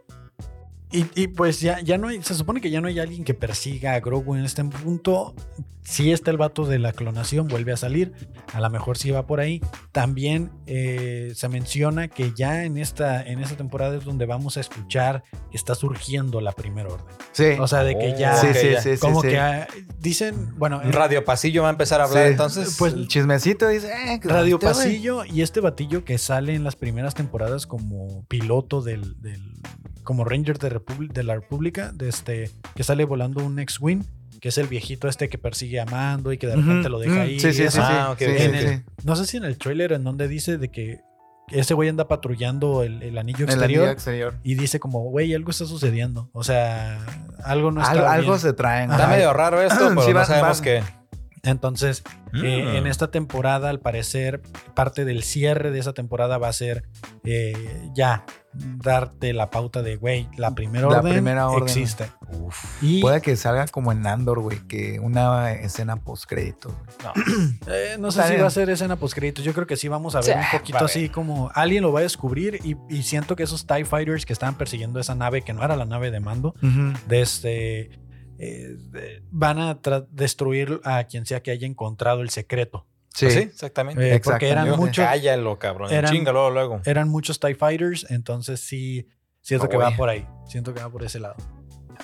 Speaker 1: Y, y pues ya, ya no hay, se supone que ya no hay alguien que persiga a Grogu en este punto. Si está el vato de la clonación, vuelve a salir. A lo mejor sí va por ahí. También eh, se menciona que ya en esta, en esta temporada es donde vamos a escuchar que está surgiendo la primera orden.
Speaker 2: Sí.
Speaker 1: O sea, de que
Speaker 3: Oh,
Speaker 1: ya.
Speaker 2: sí,
Speaker 3: ok,
Speaker 2: sí,
Speaker 3: ya.
Speaker 2: sí, sí,
Speaker 1: como
Speaker 2: sí.
Speaker 1: que ah, dicen, bueno, en
Speaker 3: Radio Pasillo va a empezar a hablar
Speaker 2: Sí.
Speaker 3: entonces.
Speaker 1: Pues,
Speaker 2: El chismecito dice, eh, que
Speaker 1: Radio
Speaker 2: este, güey.
Speaker 1: Pasillo y este batillo que sale en las primeras temporadas como piloto del, del- como Ranger de, Repúbli- de la República, de este, que sale volando un X-Wing, que es el viejito este que persigue a Mando y que de repente
Speaker 2: Ujú.
Speaker 1: lo deja
Speaker 2: Mm,
Speaker 1: ahí.
Speaker 2: Sí, sí, sí.
Speaker 1: Ajá.
Speaker 3: Ah,
Speaker 2: sí.
Speaker 3: ok,
Speaker 2: Sí,
Speaker 1: ok,
Speaker 2: sí,
Speaker 1: ok.
Speaker 2: sí.
Speaker 1: No sé si en el trailer en donde dice de que ese güey anda patrullando el, el anillo
Speaker 2: En la
Speaker 1: exterior
Speaker 2: liga exterior.
Speaker 1: y dice como, güey, algo está sucediendo. O sea, algo no está
Speaker 2: algo,
Speaker 1: bien.
Speaker 2: algo se traen.
Speaker 3: Está
Speaker 2: güey.
Speaker 3: medio raro esto, pero
Speaker 2: Sí,
Speaker 3: no
Speaker 2: va-
Speaker 3: sabemos
Speaker 2: va-
Speaker 3: qué.
Speaker 1: Entonces, Eh,
Speaker 3: Mm.
Speaker 1: en esta temporada, al parecer, parte del cierre de esa temporada va a ser eh, ya darte la pauta de, güey, la primera
Speaker 2: La
Speaker 1: orden
Speaker 2: primera orden.
Speaker 1: existe.
Speaker 3: Uf,
Speaker 1: Y
Speaker 2: Puede que salga como en Andor, güey, que una escena post crédito.
Speaker 3: no.
Speaker 1: eh, no sé
Speaker 2: Está
Speaker 1: si
Speaker 2: bien.
Speaker 1: va a ser escena postcréditos. Yo creo que sí vamos a ver
Speaker 3: Sí,
Speaker 1: un poquito
Speaker 3: va a
Speaker 1: así
Speaker 3: haber.
Speaker 1: como alguien lo va a descubrir y, y siento que esos TIE Fighters que estaban persiguiendo esa nave, que no era la nave de mando, desde... van a tra- destruir a quien sea que haya encontrado el secreto.
Speaker 2: Sí.
Speaker 3: pues sí, exactamente.
Speaker 1: Eh, porque eran
Speaker 2: Exactamente. Ah,
Speaker 1: muchos,
Speaker 3: Cállalo, cabrón.
Speaker 1: eran-
Speaker 3: Chingalo luego.
Speaker 1: eran muchos TIE Fighters, entonces sí, siento que
Speaker 3: Oye.
Speaker 1: va por ahí. Siento que va por ese lado.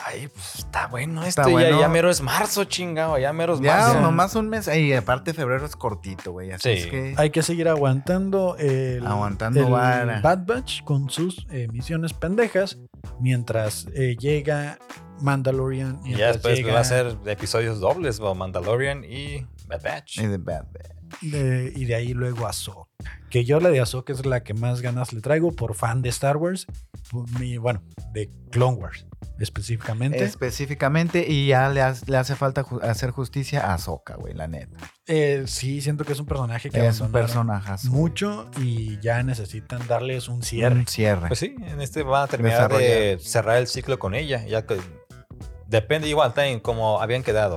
Speaker 3: Ay, pues está bueno
Speaker 2: Está
Speaker 3: esto. ya-
Speaker 2: bueno.
Speaker 3: Ya, mero es marzo, chingado. Ya mero es
Speaker 2: Ya,
Speaker 3: marzo.
Speaker 2: nomás un mes. Y aparte, febrero es cortito, güey. Así
Speaker 3: Sí.
Speaker 2: es que.
Speaker 1: Hay que seguir aguantando el,
Speaker 2: Aguantando
Speaker 1: el
Speaker 2: vara.
Speaker 1: Bad Batch con sus eh, misiones pendejas mientras eh, llega Mandalorian.
Speaker 3: Y
Speaker 1: mientras
Speaker 3: ya después
Speaker 1: llega,
Speaker 3: va a ser episodios dobles, va Mandalorian y Bad Batch.
Speaker 2: y de bad, bad.
Speaker 1: eh, y de ahí luego Ahsoka. Que yo la de Ahsoka es la que más ganas le traigo por fan de Star Wars. por mi- bueno, de Clone Wars específicamente.
Speaker 2: Específicamente, y ya le, ha- le hace falta ju- hacer justicia a Soca, güey, la neta.
Speaker 1: Eh, sí, siento que es un personaje que
Speaker 2: Es un
Speaker 1: abandonaron
Speaker 2: personajazo.
Speaker 1: mucho y ya necesitan darles un cierre.
Speaker 2: Un Cierre.
Speaker 3: Pues sí, en este van a terminar de
Speaker 2: Desarrollar.
Speaker 3: cerrar el ciclo con ella. Ya que depende igual también como habían quedado.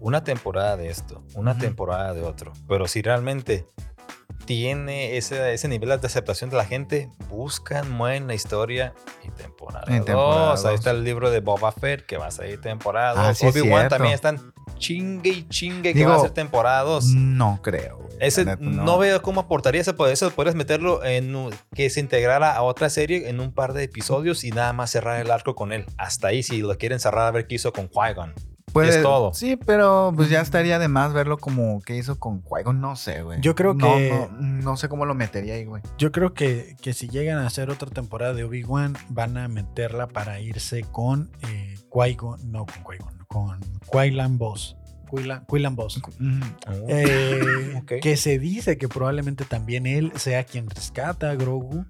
Speaker 3: Una temporada de esto, una
Speaker 1: Ujú.
Speaker 3: temporada de otro. Pero si realmente tiene ese, ese nivel de aceptación de la gente, buscan, mueven la historia y temporada.
Speaker 2: En temporada
Speaker 3: dos. Ahí
Speaker 2: dos.
Speaker 3: está el libro de Boba Fett que va a salir temporada.
Speaker 2: Ah,
Speaker 3: dos.
Speaker 2: sí, es
Speaker 3: Obi-Wan
Speaker 2: cierto.
Speaker 3: también están chingue y chingue que
Speaker 2: Digo,
Speaker 3: va a ser temporada dos.
Speaker 2: No creo, güey. la
Speaker 3: pues, Ese,
Speaker 2: neta,
Speaker 3: no. veo cómo aportaría ese poder. Eso podrías meterlo en un- que se integrara a otra serie en un par de episodios y nada más cerrar el arco con él. Hasta ahí, si lo quieren cerrar, a ver qué hizo con Qui-Gon.
Speaker 2: Puede-
Speaker 3: es todo.
Speaker 2: Sí, pero pues ya estaría de más verlo como que hizo con Cuaigo, no sé, güey.
Speaker 1: Yo creo
Speaker 2: No,
Speaker 1: que-
Speaker 2: No, no sé cómo lo metería ahí, güey.
Speaker 1: Yo creo que, que si llegan a hacer otra temporada de Obi-Wan, van a meterla para irse con eh, Qui-Gon, no con Qui-Gon, con Qui-Lan Boss. Qui-Lan Boss.
Speaker 3: Uh.
Speaker 1: Eh,
Speaker 3: Ok.
Speaker 1: Que se dice que probablemente también él sea quien rescata a Grogu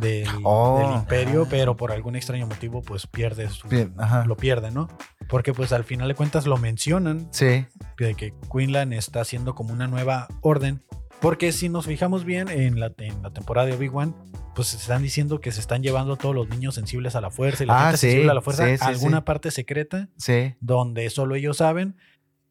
Speaker 1: del,
Speaker 2: Oh.
Speaker 1: del imperio,
Speaker 3: Ah.
Speaker 1: pero por algún extraño motivo pues pierde su...
Speaker 2: Bien, ajá.
Speaker 1: Lo pierde, ¿no? Porque pues al final de cuentas lo mencionan
Speaker 2: Sí.
Speaker 1: de que Quinlan está haciendo como una nueva orden. Porque si nos fijamos bien en la, en la temporada de Obi-Wan, pues se están diciendo que se están llevando a todos los niños sensibles a la fuerza y la
Speaker 2: Ah,
Speaker 1: gente
Speaker 2: sí,
Speaker 1: sensible a la fuerza
Speaker 2: sí, sí,
Speaker 1: a alguna
Speaker 2: sí.
Speaker 1: parte secreta
Speaker 2: Sí.
Speaker 1: donde solo ellos saben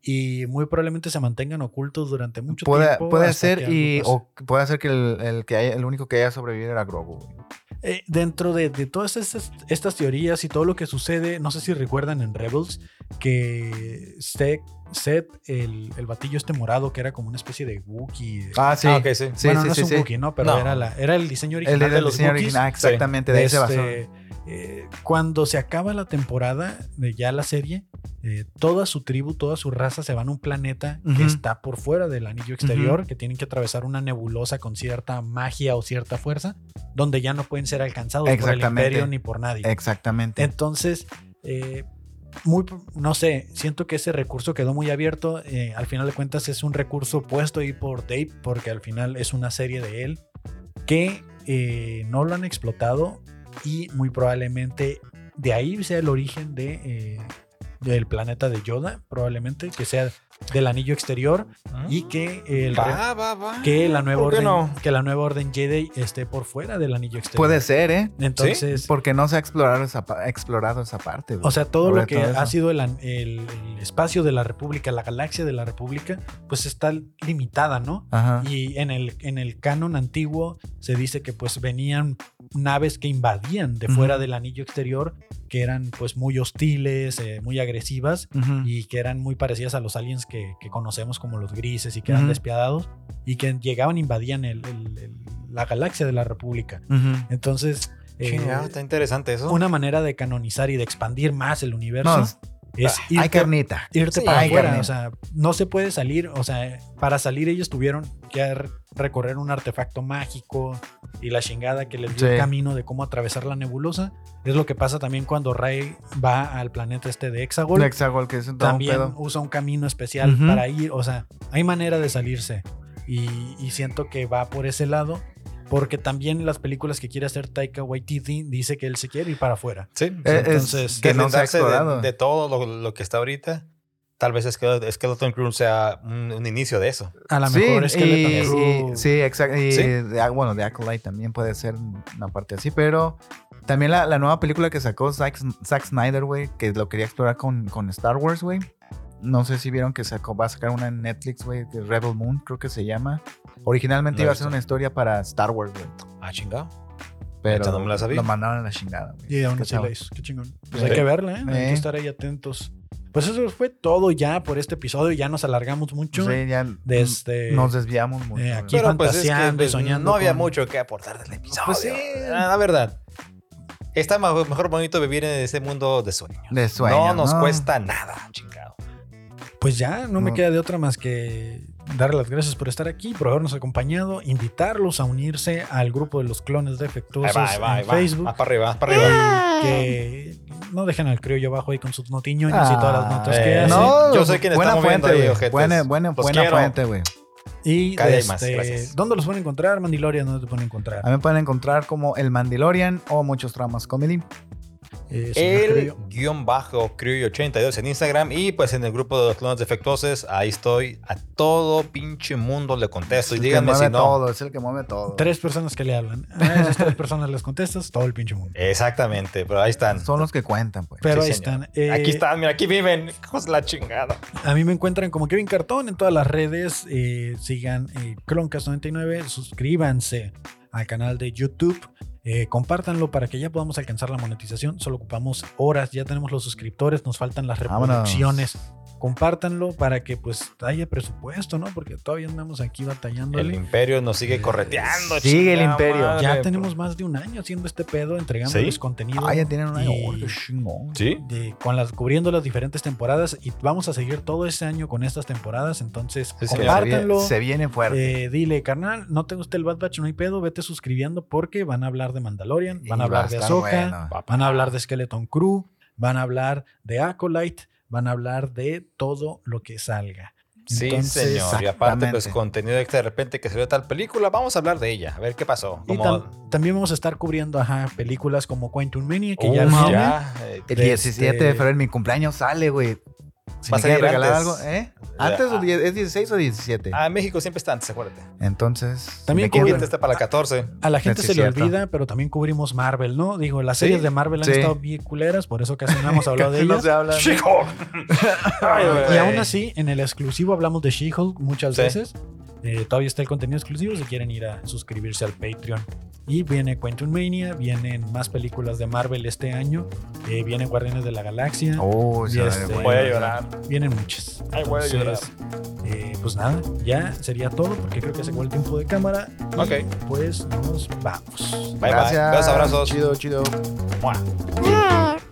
Speaker 1: y muy probablemente se mantengan ocultos durante mucho
Speaker 2: Puede,
Speaker 1: tiempo.
Speaker 2: puede
Speaker 1: hasta
Speaker 2: ser
Speaker 1: que
Speaker 2: y
Speaker 1: algo pase.
Speaker 2: o puede ser que el, el que haya- el único que haya sobrevivido era Grogu. güey.
Speaker 1: Eh, dentro de, de todas estas, estas teorías y todo lo que sucede, no sé si recuerdan en Rebels que Seth, Seth, el, el batillo este morado que era como una especie de Wookiee,
Speaker 2: Ah, sí.
Speaker 3: Ah, ok, sí.
Speaker 2: Sí,
Speaker 1: bueno,
Speaker 2: sí,
Speaker 1: no
Speaker 2: sí,
Speaker 1: es un
Speaker 2: sí.
Speaker 1: Wookiee, ¿no? Pero
Speaker 3: No.
Speaker 1: Era, la, era el diseño
Speaker 2: El,
Speaker 1: original
Speaker 2: del
Speaker 1: de los
Speaker 2: diseño
Speaker 1: Wookiees.
Speaker 2: original, exactamente, de ese basón.
Speaker 1: Este, eh, cuando se acaba la temporada de ya la serie, eh, toda su tribu, toda su raza se van a un planeta
Speaker 2: Ujú.
Speaker 1: que está por fuera del anillo exterior, que tienen que atravesar una nebulosa con cierta magia o cierta fuerza, donde ya no pueden ser alcanzados por el
Speaker 2: Exactamente.
Speaker 1: imperio ni por nadie.
Speaker 2: Exactamente.
Speaker 1: Entonces, eh, muy, no sé, siento que ese recurso quedó muy abierto. eh, al final de cuentas es un recurso puesto ahí por Dave, porque al final es una serie de él que eh, no lo han explotado y muy probablemente de ahí sea el origen de... eh, del planeta de Yoda, probablemente, que sea del anillo exterior y que, el,
Speaker 3: Ah. va, va, va.
Speaker 1: que, la nueva
Speaker 3: ¿Por qué
Speaker 1: orden,
Speaker 3: no?
Speaker 1: que la nueva orden Jedi esté por fuera del anillo exterior.
Speaker 2: puede ser, ¿eh?
Speaker 1: Entonces,
Speaker 2: Porque no se ha explorado esa, pa- explorado esa parte, güey.
Speaker 1: O sea, todo
Speaker 2: Sobre
Speaker 1: lo que
Speaker 2: todo eso.
Speaker 1: ha sido el, an- el- el espacio de la República, la galaxia de la República, pues está limitada, ¿no?
Speaker 2: Ajá.
Speaker 1: Y en el, en el canon antiguo se dice que pues venían naves que invadían de fuera
Speaker 2: Ujú.
Speaker 1: del anillo exterior que eran pues muy hostiles, eh, muy agresivas
Speaker 2: Ujú.
Speaker 1: y que eran muy parecidas a los aliens que, que conocemos como los grises y que eran
Speaker 2: Ujú.
Speaker 1: despiadados y que llegaban e invadían el- el- el- la galaxia de la República.
Speaker 2: Ujú.
Speaker 1: Entonces, eh,
Speaker 3: Chingado, está interesante eso.
Speaker 1: una manera de canonizar y de expandir más el universo
Speaker 2: No, ah,
Speaker 1: es
Speaker 2: hay
Speaker 1: irte,
Speaker 2: carnita.
Speaker 1: irte
Speaker 3: Sí,
Speaker 1: para
Speaker 2: hay
Speaker 1: afuera.
Speaker 2: carne.
Speaker 1: O sea, no se puede salir. O sea, para salir ellos tuvieron que ar- recorrer un artefacto mágico y la chingada que les dio
Speaker 2: Sí.
Speaker 1: el camino de cómo atravesar la nebulosa. Es lo que pasa también cuando Rey va al planeta este de Hexagol.
Speaker 2: Un hexagol que es un todo un
Speaker 1: también
Speaker 2: pedo.
Speaker 1: usa un camino especial
Speaker 2: Ujú.
Speaker 1: para ir. O sea, hay manera de salirse. Y, y siento que va por ese lado. Porque también las películas que quiere hacer Taika Waititi dice que él se quiere ir para afuera.
Speaker 3: Sí.
Speaker 2: Eh, es
Speaker 1: Entonces,
Speaker 2: que no se ha
Speaker 3: deslindarse de-
Speaker 2: explorado.
Speaker 3: De, todo lo, lo que está ahorita. Tal vez Skeleton, Skeleton Crew sea un, un inicio de eso.
Speaker 1: A lo
Speaker 2: Sí,
Speaker 1: mejor es que
Speaker 2: y-
Speaker 1: le
Speaker 2: y- sí, exacto. Y
Speaker 3: Sí.
Speaker 2: de- ah, bueno, de Acolyte también puede ser una parte así, pero también la, la nueva película que sacó Zack, Zack Snyder, güey, que lo quería explorar con, con Star Wars, güey. No sé si vieron que sacó, va a sacar una en Netflix, güey, de Rebel Moon, creo que se llama. Originalmente
Speaker 3: No he
Speaker 2: iba a ser
Speaker 3: visto.
Speaker 2: una historia para Star Wars, güey.
Speaker 3: Ah, chingado.
Speaker 2: Pero
Speaker 3: Esta no me la sabía.
Speaker 2: lo mandaron a la chingada, güey.
Speaker 1: Y aún
Speaker 2: Qué
Speaker 1: así
Speaker 2: chavo.
Speaker 1: la hizo. Qué chingón. Pues
Speaker 2: Sí.
Speaker 1: hay que verla, ¿eh? Hay que
Speaker 2: Eh.
Speaker 1: estar ahí atentos. Pues eso fue todo ya por este episodio. Ya nos alargamos mucho. este,
Speaker 2: Sí, ya
Speaker 1: Desde-
Speaker 2: nos desviamos mucho.
Speaker 1: Eh,
Speaker 2: güey.
Speaker 1: aquí-
Speaker 3: pues,
Speaker 1: fantaseando y soñando
Speaker 3: no había
Speaker 1: con-
Speaker 3: mucho que aportar del episodio.
Speaker 2: Pues sí.
Speaker 3: Ah, La verdad. Está ma- mejor bonito vivir en ese mundo de sueños.
Speaker 2: De sueño,
Speaker 3: no nos
Speaker 2: ¿no?
Speaker 3: cuesta nada, chingado.
Speaker 1: Pues ya no me
Speaker 2: No.
Speaker 1: queda de otra más que dar las gracias por estar aquí, por habernos acompañado, invitarlos a unirse al grupo de los clones defectuosos
Speaker 3: Ahí va, ahí va, ahí
Speaker 1: en
Speaker 3: va.
Speaker 1: Facebook.
Speaker 3: Más para arriba, más para
Speaker 2: Eh,
Speaker 3: arriba.
Speaker 1: Que no dejen al criollo abajo ahí con sus notiñones y todas las notas que
Speaker 3: eh,
Speaker 1: hace.
Speaker 3: no, Yo sé quién
Speaker 2: pues, buena
Speaker 3: estamos
Speaker 2: fuente,
Speaker 3: viendo ahí,
Speaker 2: güey.
Speaker 3: ojetes.
Speaker 2: Buena, buena,
Speaker 3: Los
Speaker 2: buena
Speaker 3: quiero.
Speaker 2: fuente, güey.
Speaker 1: Y
Speaker 3: Cada vez
Speaker 1: este,
Speaker 3: más, gracias. Ah,
Speaker 1: ¿dónde los pueden encontrar, Mandiloria? ¿Dónde te pueden encontrar?
Speaker 2: A mí me pueden encontrar como El Mandalorian o Muchos Traumas Comedy.
Speaker 1: Eh, señor
Speaker 3: El
Speaker 1: criollo.
Speaker 3: guión bajo Criollo82 en Instagram y pues en el grupo de los clones defectuosos. Ahí estoy. A todo pinche mundo le contesto. Y
Speaker 2: el que
Speaker 3: díganme
Speaker 2: mueve
Speaker 3: si no.
Speaker 2: todo, es el que mueve todo.
Speaker 1: Tres personas que le hablan. A esas tres personas les contestas, todo el pinche mundo.
Speaker 3: Exactamente, pero ahí están.
Speaker 2: Son los que cuentan, pues.
Speaker 1: Pero
Speaker 3: Sí,
Speaker 1: ahí
Speaker 3: señor.
Speaker 1: están. Eh,
Speaker 3: aquí están, mira, aquí viven. Hijos de la chingada.
Speaker 1: A mí me encuentran como Kevin Cartón en todas las redes. eh, sigan eh, Croncast99. Suscríbanse al canal de YouTube. eh, compártanlo para que ya podamos alcanzar la monetización. Solo ocupamos horas. Ya tenemos los suscriptores. Nos faltan las
Speaker 2: Vámonos.
Speaker 1: reproducciones. Compártanlo para que pues haya presupuesto, ¿no? Porque todavía andamos aquí batallando.
Speaker 3: El imperio nos sigue correteando.
Speaker 2: Sigue el
Speaker 3: chingada
Speaker 2: imperio.
Speaker 3: madre.
Speaker 1: Ya tenemos más de un año haciendo este pedo, entregándoles
Speaker 3: pues. ¿Sí?
Speaker 1: contenido.
Speaker 2: Ah, ya tienen una
Speaker 1: Y-
Speaker 2: oh, qué chingón.
Speaker 3: Sí.
Speaker 1: de- con las cubriendo las diferentes temporadas y vamos a seguir todo este año con estas temporadas entonces
Speaker 3: Sí, señor.
Speaker 2: Se viene,
Speaker 1: compártanlo
Speaker 2: se viene fuerte.
Speaker 1: eh, dile carnal no te gusta el Bad Batch no hay pedo vete suscribiendo porque van a hablar de Mandalorian
Speaker 2: Y
Speaker 1: van a
Speaker 2: va
Speaker 1: hablar de
Speaker 2: estar
Speaker 1: Ahsoka
Speaker 2: bueno.
Speaker 1: van a hablar de Skeleton Crew van a hablar de Acolyte van a hablar de todo lo que salga
Speaker 3: Sí,
Speaker 1: Entonces,
Speaker 3: señor. Y aparte, pues
Speaker 2: exactamente.
Speaker 3: contenido extra de repente que salió tal película, vamos a hablar de ella, a ver qué pasó.
Speaker 1: y
Speaker 3: Como,
Speaker 1: tam- también vamos a estar cubriendo ajá, películas como Quantum Mania que
Speaker 3: Uf,
Speaker 1: ya,
Speaker 2: no,
Speaker 1: viene.
Speaker 3: ya, eh,
Speaker 2: El
Speaker 1: de
Speaker 2: 17 de
Speaker 1: este-
Speaker 2: febrero, mi cumpleaños sale, güey. Si
Speaker 3: Va
Speaker 2: me
Speaker 3: a salir
Speaker 2: quieren regalar
Speaker 3: antes.
Speaker 2: algo, ¿eh? ¿Antes o
Speaker 3: Ah.
Speaker 2: die- es 16 o 17?
Speaker 3: Ah, en México siempre está antes, acuérdate.
Speaker 2: Entonces,
Speaker 1: También
Speaker 2: si me quieren-
Speaker 3: Ahorita está para la 14.
Speaker 1: A la gente
Speaker 2: Sí,
Speaker 1: se le
Speaker 2: cierto.
Speaker 1: olvida, pero también cubrimos Marvel, ¿no? Digo, las
Speaker 2: Sí,
Speaker 1: series de Marvel han
Speaker 2: sí.
Speaker 1: estado bien culeras, por eso casi no hemos hablado de
Speaker 2: Casi no
Speaker 1: ellas.
Speaker 2: se habla.
Speaker 3: ¡Chico! Ay,
Speaker 1: Y
Speaker 3: güey.
Speaker 1: aún así, en el exclusivo hablamos de She-Hulk muchas
Speaker 3: Sí.
Speaker 1: veces. Eh, todavía está el contenido exclusivo si quieren ir a suscribirse al Patreon. Y viene Quantum Mania, vienen más películas de Marvel este año, eh, viene Guardianes de la Galaxia,
Speaker 2: Oh, se
Speaker 1: Y
Speaker 2: ve
Speaker 1: este-
Speaker 2: bueno.
Speaker 3: Voy a llorar.
Speaker 1: vienen muchas.
Speaker 3: Ay, voy a
Speaker 1: Entonces, eh, pues nada, ya sería todo porque creo que se acabó el tiempo de cámara. Y,
Speaker 3: Ok.
Speaker 1: Pues nos vamos.
Speaker 3: Bye,
Speaker 2: Gracias.
Speaker 3: bye. Dos abrazos.
Speaker 2: Chido, chido.
Speaker 3: Mua.
Speaker 4: Yeah.